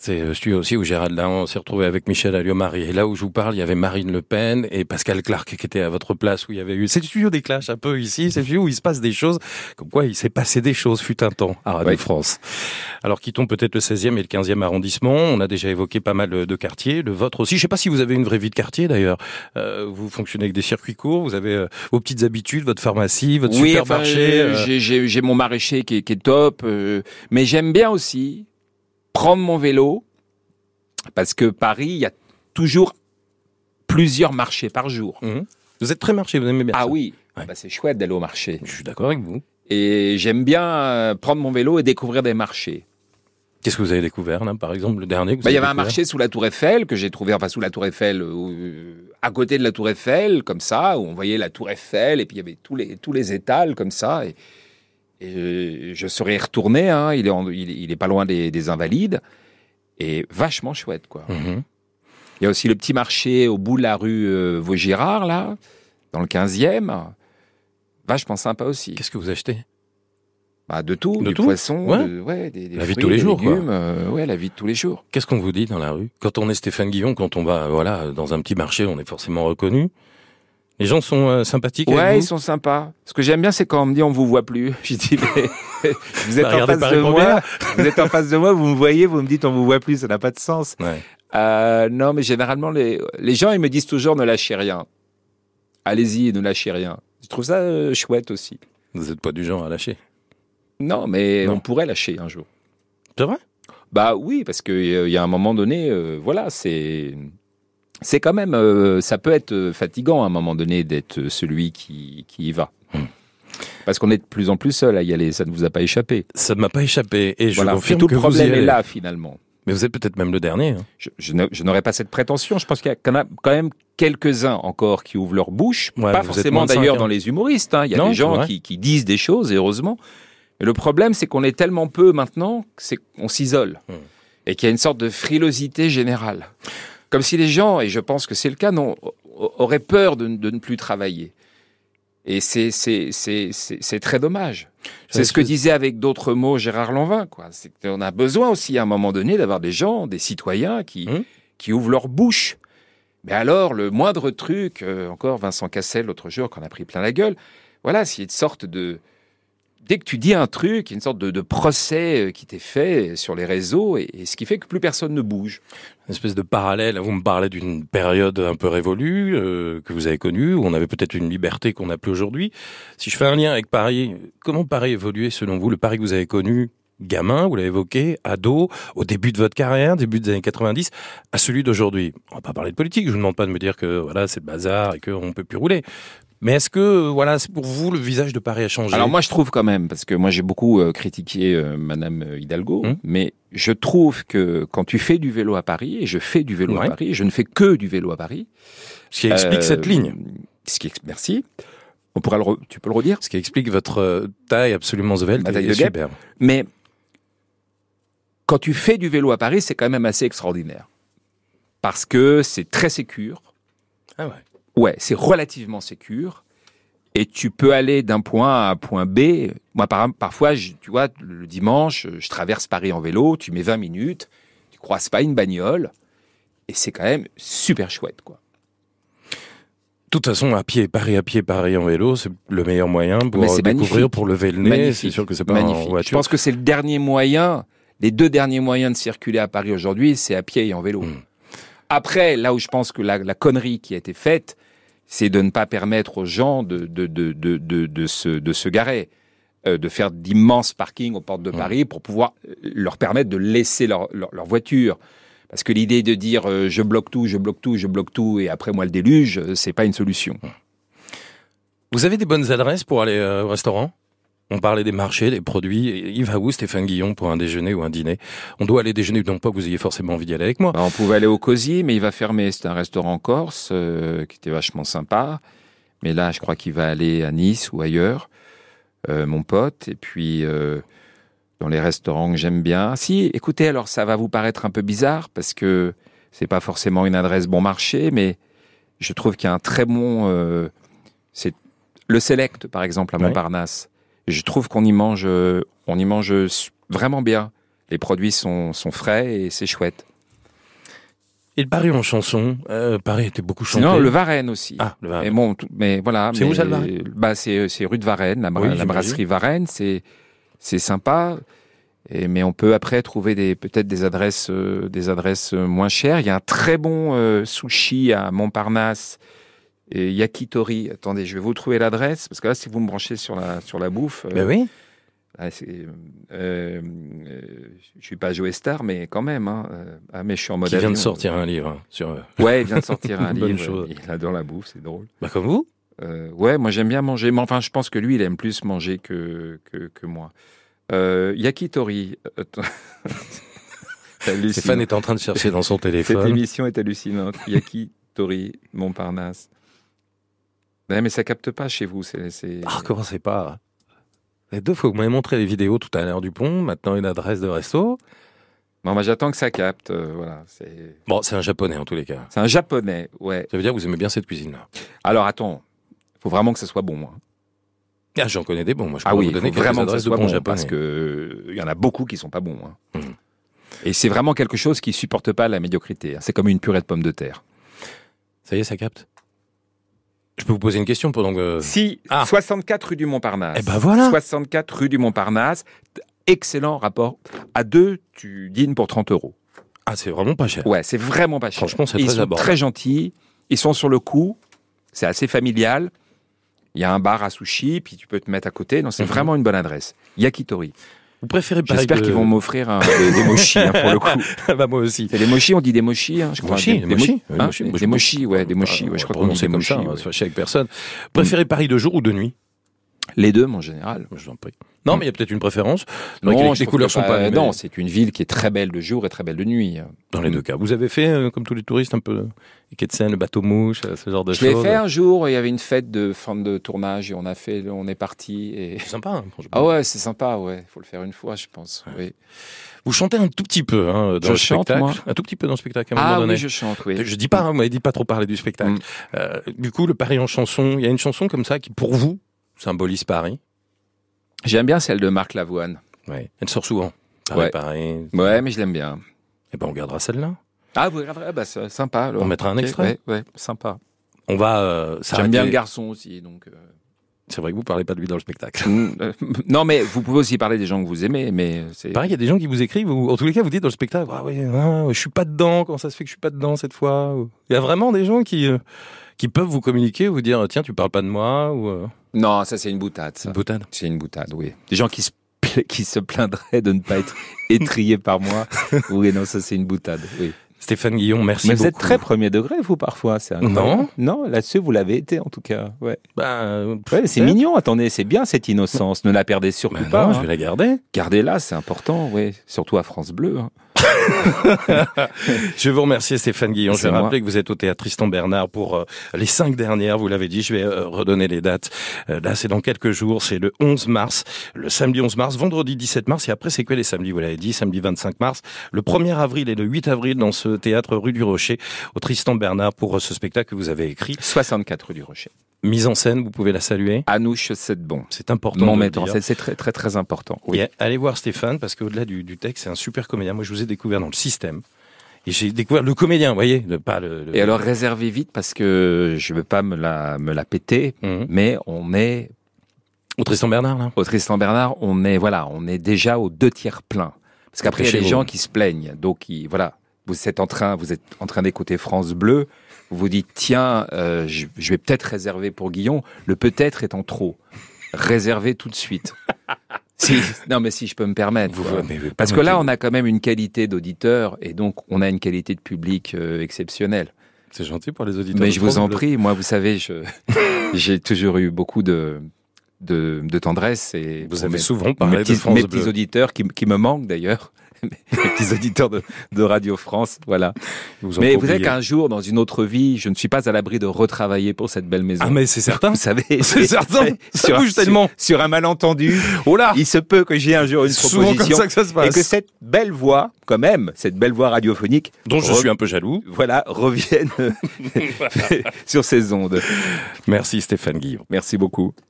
S1: C'est le studio aussi où Gérald Dahan s'est retrouvé avec Michel Alliot-Marie. Et là où je vous parle, il y avait Marine Le Pen et Pascal Clark qui était à votre place où il y avait eu. C'est le studio des clashs un peu ici. C'est le studio où il se passe des choses. Comme quoi, il s'est passé des choses, fut un temps, à Radio
S2: Ouais.
S1: France. Alors, quittons peut-être le 16e et le 15e arrondissement. On a déjà évoqué pas mal de quartiers, le vôtre aussi. Je sais pas si vous avez une vraie vie de quartier d'ailleurs. Euh, vous fonctionnez avec des circuits courts, vous avez euh, vos petites habitudes, votre pharmacie, votre
S2: oui, enfin,
S1: supermarché.
S2: euh,
S1: euh,
S2: j'ai- j'ai j'ai mon maraîcher qui est, qui est top, euh, mais j'aime bien aussi prendre mon vélo parce que Paris, il y a toujours plusieurs marchés par jour.
S1: Mhm. Vous êtes très marché, vous aimez bien.
S2: Ah
S1: ça.
S2: oui,
S1: Ouais.
S2: bah, c'est chouette d'aller au marché.
S1: Je suis d'accord avec vous.
S2: Et j'aime bien euh, prendre mon vélo et découvrir des marchés.
S1: Qu'est-ce que vous avez découvert, là, par exemple, le dernier que vous
S2: Bah, Il y
S1: avez
S2: avait un
S1: découvert
S2: marché sous la Tour Eiffel que j'ai trouvé, enfin sous la Tour Eiffel, euh, à côté de la Tour Eiffel, comme ça, où on voyait la Tour Eiffel, et puis il y avait tous les, tous les étals, comme ça. Et, et euh, je serais retourné, hein, il, est en- il, est- il est pas loin des, des Invalides, et vachement chouette, quoi.
S1: Mhm.
S2: Il y a aussi le petit marché au bout de la rue euh, Vaugirard, là, dans le 15e, vachement sympa aussi.
S1: Qu'est-ce que vous achetez
S2: Bah, de tout,
S1: De
S2: du
S1: tout
S2: poisson,
S1: Ouais.
S2: de- ouais, des, des
S1: La vie de
S2: fruits,
S1: tous les
S2: des
S1: jours, quoi.
S2: légumes, euh, ouais, la vie de tous les jours.
S1: Qu'est-ce qu'on vous dit dans la rue Quand on est Stéphane Guillon, quand on va voilà dans un petit marché, on est forcément reconnu. Les gens sont euh, sympathiques avec
S2: Ouais,
S1: vous
S2: ils sont sympas. Ce que j'aime bien, c'est quand on me dit on vous voit plus. Je dis mais vous êtes
S1: Bah,
S2: en
S1: regardez
S2: face
S1: Paris
S2: de moi,
S1: Première.
S2: vous êtes en face de moi, vous me voyez, vous me dites on vous voit plus, ça n'a pas de sens.
S1: Ouais.
S2: Euh, non, mais généralement les les gens ils me disent toujours ne lâchez rien. Allez-y, ne lâchez rien. Je trouve ça euh, chouette aussi.
S1: Vous n'êtes pas du genre à lâcher.
S2: Non, mais
S1: Non.
S2: on pourrait lâcher un jour.
S1: C'est vrai
S2: Bah oui, parce que euh, il y a un moment donné, euh, voilà, c'est c'est quand même euh, ça peut être euh, fatigant à un moment donné d'être euh, celui qui, qui y va.
S1: Hmm.
S2: Parce qu'on est de plus en plus seul à y aller, ça ne vous a pas échappé.
S1: Ça ne m'a pas échappé et je
S2: voilà,
S1: confirme
S2: tout
S1: que
S2: le
S1: vous y
S2: problème
S1: allez.
S2: est là finalement.
S1: Mais vous êtes peut-être même le dernier. hein.
S2: Je, je n'a- je n'aurais pas cette prétention. Je pense qu'il y a quand même- quand même quelques-uns encore qui ouvrent leur bouche.
S1: Ouais,
S2: pas
S1: vous êtes
S2: forcément
S1: moins de cinq,
S2: d'ailleurs
S1: hein.
S2: dans les humoristes. hein. Il y a
S1: Non,
S2: des
S1: c'est
S2: gens
S1: vrai.
S2: qui, qui disent des choses, et heureusement. Mais le problème, c'est qu'on est tellement peu maintenant que c'est qu'on s'isole.
S1: Hmm.
S2: Et qu'il y a une sorte de frilosité générale. Comme si les gens, et je pense que c'est le cas, n'ont- a- auraient peur de, de ne plus travailler. Et c'est- c'est c'est- c'est- c'est très dommage. C'est ce que disait avec d'autres mots Gérard Lanvin. Quoi. C'est que On a besoin aussi, à un moment donné, d'avoir des gens, des citoyens qui,
S1: Mhm.
S2: qui ouvrent leur bouche. Mais alors, le moindre truc, euh, encore Vincent Cassel l'autre jour, qu'on a pris plein la gueule, voilà, s'il y a une sorte de... Dès que tu dis un truc, il y a une sorte de, de procès euh, qui t'est fait sur les réseaux, et, et ce qui fait que plus personne ne bouge.
S1: Une espèce de parallèle. Vous me parlez d'une période un peu révolue euh, que vous avez connue, où on avait peut-être une liberté qu'on n'a plus aujourd'hui. Si je fais un lien avec Paris, comment Paris a évolué selon vous Le Paris que vous avez connu, gamin, vous l'avez évoqué, ado, au début de votre carrière, début des années 90, à celui d'aujourd'hui. On va pas parler de politique. Je vous demande pas de me dire que voilà c'est le bazar et qu'on peut plus rouler. Mais est-ce que euh, voilà c'est pour vous le visage de Paris a changé
S2: Alors moi, je trouve quand même, parce que moi, j'ai beaucoup euh, critiqué euh, Madame euh, Hidalgo,
S1: Mhm.
S2: mais je trouve que quand tu fais du vélo à Paris, et je fais du vélo
S1: Ouais.
S2: à Paris, je ne fais que du vélo à Paris,
S1: ce qui explique
S2: Euh,
S1: cette ligne,
S2: Ce qui ex- merci. On pourra le re- tu peux le redire.
S1: ce qui explique votre euh, taille absolument svelte
S2: Ma taille
S1: et
S2: de guêpe.
S1: superbe.
S2: Mais quand tu fais du vélo à Paris, c'est quand même assez extraordinaire. Parce que c'est très sécure.
S1: Ah ouais.
S2: Ouais, c'est relativement sécure. Et tu peux aller d'un point A à un point B. Moi, par- parfois, je- tu vois, le dimanche, je traverse Paris en vélo, tu mets 20 minutes, tu croises pas une bagnole. Et c'est quand même super chouette, quoi.
S1: De toute façon, à pied, Paris à pied, Paris en vélo, c'est le meilleur moyen pour euh,
S2: Mais c'est
S1: découvrir,
S2: magnifique.
S1: pour lever le nez. C'est sûr que c'est pas en
S2: magnifique. Je
S1: voiture.
S2: pense que c'est le dernier moyen, les deux derniers moyens de circuler à Paris aujourd'hui, c'est à pied et en vélo.
S1: Mm.
S2: Après, là où je pense que la, la connerie qui a été faite, c'est de ne pas permettre aux gens de, de, de, de, de, de se, de se garer, euh, de faire d'immenses parkings aux portes de
S1: Mm.
S2: Paris pour pouvoir euh, leur permettre de laisser leur, leur, leur voiture. Parce que l'idée de dire euh, je bloque tout, je bloque tout, je bloque tout, et après moi le déluge, euh, c'est pas une solution.
S1: Vous avez des bonnes adresses pour aller euh, au restaurant on parlait des marchés, des produits. Et Il va où Stéphane Guillon pour un déjeuner ou un dîner On doit aller déjeuner, donc pas que vous ayez forcément envie d'y aller avec moi.
S2: Bah, on pouvait aller au Cozy, mais il va fermer. C'était un restaurant corse euh, qui était vachement sympa. Mais là, je crois qu'il va aller à Nice ou ailleurs, euh, mon pote. Et puis, euh, dans les restaurants que j'aime bien. Si, écoutez, alors ça va vous paraître un peu bizarre parce que c'est pas forcément une adresse bon marché, mais je trouve qu'il y a un très bon. euh, c'est le Select, par exemple, à
S1: Ouais.
S2: Montparnasse. Je trouve qu'on y mange, euh, on y mange vraiment bien. Les produits sont, sont frais et c'est chouette.
S1: Et le Paris en chanson, euh, Paris était beaucoup chanté.
S2: Sinon, le Varenne aussi.
S1: Ah, le vin.
S2: Mais bon, tout- mais voilà.
S1: C'est
S2: mais-
S1: où ça, le Varenne
S2: bah, c'est, c'est rue de Varennes, la, bra-
S1: Oui,
S2: la
S1: j'imagine.
S2: brasserie Varennes. C'est, c'est sympa. Et, mais on peut après trouver des, peut-être des adresses, euh, des adresses euh, moins chères. Il y a un très bon euh, sushi à Montparnasse. Et Yakitori. Attendez, je vais vous trouver l'adresse. Parce que là, si vous me branchez sur la, sur la bouffe. euh,
S1: Ben oui.
S2: ah, c'est, euh, euh, je suis pas Joe Star, mais quand même. hein, euh, ah, mais je suis en mode.
S1: Qui vient de
S2: avion.
S1: sortir un livre hein, sur. euh,
S2: Ouais, il vient de sortir un
S1: Bonne
S2: livre.
S1: chose.
S2: Il adore la bouffe, c'est drôle.
S1: Bah comme vous.
S2: Euh, ouais, moi j'aime bien manger, mais enfin je pense que lui il aime plus manger que, que, que moi. Euh, yakitori. Attends. C'est hallucinant.
S1: Stéphane est en train de chercher dans son
S2: Cette
S1: téléphone.
S2: émission est hallucinante. Yakitori, Montparnasse. Ouais, mais ça capte pas chez vous. C'est, c'est-
S1: Ah, commencez pas. Les deux fois, vous m'avez montré les vidéos tout à l'heure du pont. Maintenant, une adresse de resto.
S2: Non, moi j'attends que ça capte. euh, voilà. C'est...
S1: Bon, c'est un japonais en tous les cas.
S2: c'est un japonais. Ouais.
S1: Ça veut dire que vous aimez bien cette cuisine-là.
S2: Alors attends, faut vraiment que ça soit bon. hein.
S1: Ah, j'en connais des bons. Moi, je
S2: Ah
S1: pourrais
S2: oui,
S1: vous donner
S2: faut vraiment
S1: quelques
S2: que ça
S1: adresses de
S2: soit
S1: bons
S2: bon,
S1: japonais.
S2: parce que euh, il y en a beaucoup qui sont pas bons. hein.
S1: Mhm.
S2: Et c'est vraiment quelque chose qui supporte pas la médiocrité. hein. C'est comme une purée de pommes de terre.
S1: Ça y est, ça capte. Je peux vous poser une question pendant que.
S2: Si,
S1: Ah.
S2: 64 rue du Montparnasse.
S1: Eh ben voilà.
S2: 64 rue du Montparnasse. Excellent rapport. À deux, tu dînes pour 30 euros.
S1: Ah, c'est vraiment pas cher.
S2: Ouais, c'est vraiment pas cher.
S1: Franchement, c'est
S2: Et Ils
S1: très
S2: sont
S1: abordable.
S2: très gentils. Ils sont sur le coup. C'est assez familial. Il y a un bar à sushi, puis tu peux te mettre à côté. Non, c'est
S1: Mhm.
S2: vraiment une bonne adresse. Yakitori.
S1: Vous préférez parler
S2: J'espère
S1: de-
S2: qu'ils vont m'offrir un- des, des mochis hein, pour le coup.
S1: Ah bah, moi aussi.
S2: C'est des mochis, on dit des mochis. Hein, je crois.
S1: Mochis,
S2: des,
S1: des mochis, oui,
S2: hein,
S1: mochis.
S2: des-
S1: Moi, je-
S2: des mochis, ouais, des mochis.
S1: Ah,
S2: ouais, je crois
S1: on va
S2: qu'on
S1: prononcer
S2: dit des
S1: comme
S2: mochis.
S1: ça, on va
S2: ouais.
S1: se fâcher avec personne. Préférez Paris de jour ou de nuit
S2: Les deux, en général.
S1: Je vous en prie. Non,
S2: Mm.
S1: mais il y a peut-être une préférence. C'est vrai que les-
S2: je
S1: les
S2: trouve
S1: couleurs
S2: que
S1: sont pas les mêmes.
S2: Non, c'est une ville qui est très belle de jour et très belle de nuit.
S1: Dans les deux cas. Vous avez fait, euh, comme tous les touristes, un peu euh, les quais de Seine, le bateau mouche, euh, ce genre de
S2: Je l'ai
S1: choses.
S2: fait hein. un jour, il y avait une fête de fin de tournage et on a fait, on est parti et.
S1: C'est sympa. hein, franchement.
S2: Ah ouais, c'est sympa, ouais. Faut le faire une fois, je pense. Oui.
S1: Vous chantez un tout petit peu hein, dans
S2: Je
S1: le
S2: chante,
S1: spectacle.
S2: moi.
S1: Un tout petit peu dans le spectacle à un
S2: Ah
S1: moment
S2: oui,
S1: donné.
S2: je chante, oui.
S1: Je dis pas, hein, vous m'avez dit de pas trop parler du spectacle.
S2: Mm.
S1: Euh, du coup, le Paris en chanson, il y a une chanson comme ça qui, pour vous, symbolise Paris.
S2: J'aime bien celle de Marc Lavoine.
S1: Elle sort souvent. Paris,
S2: Ouais.
S1: Paris.
S2: Ouais, mais je l'aime bien.
S1: Et ben, on gardera celle-là.
S2: Ah oui, ah, bah, c'est sympa. alors.
S1: On mettra un
S2: Ok,
S1: extrait.
S2: ouais, ouais, sympa.
S1: On va euh,
S2: J'aime bien le
S1: s'arrêter.
S2: garçon aussi, donc. euh.
S1: C'est vrai que vous parlez pas de lui dans le spectacle.
S2: Mm, euh, non, mais vous pouvez aussi parler des gens que vous aimez, mais c'est.
S1: Pareil, il y a des gens qui vous écrivent, ou en tous les cas, vous dites dans le spectacle, ah ouais, ah, je suis pas dedans, comment ça se fait que je suis pas dedans cette fois Ou- Il y a vraiment des gens qui, euh, qui peuvent vous communiquer, vous dire, tiens, tu parles pas de moi, ou euh,
S2: Non, ça c'est une boutade.
S1: c'est
S2: Ça.
S1: une boutade.
S2: C'est une boutade, oui. Des gens qui se, pla- qui se plaindraient de ne pas être étriés par moi. Oui, non, ça c'est une boutade. Oui.
S1: Stéphane Guillon, merci
S2: Mais vous êtes
S1: beaucoup.
S2: très premier degré, vous, parfois. C'est incroyable. Non, là-dessus, vous l'avez été, en tout cas. Ouais.
S1: Bah, euh,
S2: Ouais, c'est mignon, attendez, c'est bien cette innocence. Ne la perdez surtout
S1: bah
S2: pas.
S1: non,
S2: hein.
S1: je vais la garder.
S2: Gardez-la, c'est important, ouais. surtout à France Bleu. hein.
S1: Je vais vous remercier Stéphane Guillon. Je
S2: C'est
S1: vais
S2: moi.
S1: rappeler que vous êtes au théâtre Tristan Bernard pour euh, les cinq dernières, vous l'avez dit, je vais euh, redonner les dates. Euh, là, c'est dans quelques jours, c'est le 11 mars, le samedi 11 mars, vendredi 17 mars, et après c'est que les samedis, vous l'avez dit, samedi 25 mars, le 1er avril et le 8 avril dans ce théâtre rue du Rocher, au Tristan Bernard pour euh, ce spectacle que vous avez écrit.
S2: 64 rue du Rocher.
S1: Mise en scène, vous pouvez la saluer.
S2: Anouche Sedbon.
S1: C'est important.
S2: Mon
S1: de le
S2: metteur en
S1: dire.
S2: scène, c'est très, très, très important. Oui.
S1: Et allez voir Stéphane, parce qu'au-delà du, du texte, c'est un super comédien. Moi, je vous ai découvert dans le système. Et j'ai découvert le comédien, vous voyez, le- pas le... le-
S2: Et alors, réservez vite parce que je ne vais pas me la, me la péter,
S1: Mhm.
S2: mais on est
S1: Au Tristan Bernard, là
S2: Au Tristan Bernard, on est voilà, on est déjà aux deux tiers pleins. Parce qu'après, il y a
S1: Chez
S2: des
S1: vous.
S2: gens qui se plaignent. Donc, ils- voilà, vous êtes en train, vous êtes en train d'écouter France Bleu. Vous vous dites, tiens, euh, je, je vais peut-être réserver pour Guillon. Le peut-être est en trop. Réservez tout de suite. si, non, mais si je peux me permettre.
S1: Vous-
S2: quoi.
S1: mais- mais-
S2: Parce que là, on a quand même une qualité d'auditeur et donc on a une qualité de public euh, exceptionnelle.
S1: C'est gentil pour les auditeurs.
S2: Mais
S1: de
S2: je vous
S1: France
S2: en
S1: Bleu.
S2: prie, moi, vous savez, je- j'ai toujours eu beaucoup de, de, de tendresse. Et
S1: Vous
S2: pour
S1: avez
S2: mes-
S1: souvent
S2: mes
S1: parlé
S2: petits,
S1: de France
S2: mes
S1: Bleu.
S2: petits auditeurs qui, m- qui me manquent d'ailleurs. mes petits auditeurs de, de Radio France, voilà.
S1: Vous en
S2: Mais vous
S1: oubliez.
S2: savez qu'un jour, dans une autre vie, je ne suis pas à l'abri de retravailler pour cette belle maison.
S1: Ah, mais c'est certain.
S2: Vous savez,
S1: C'est certain. Ça bouge tellement.
S2: Sur, un malentendu,
S1: Oh là
S2: il se peut que j'ai un jour une
S1: C'est souvent comme
S2: proposition
S1: ça que ça se
S2: et que
S1: passe.
S2: cette belle voix, quand même, cette belle voix radiophonique,
S1: Dont je
S2: Re-
S1: suis un peu jaloux.
S2: voilà, revienne sur ces ondes.
S1: Merci Stéphane Guillaume.
S2: Merci beaucoup.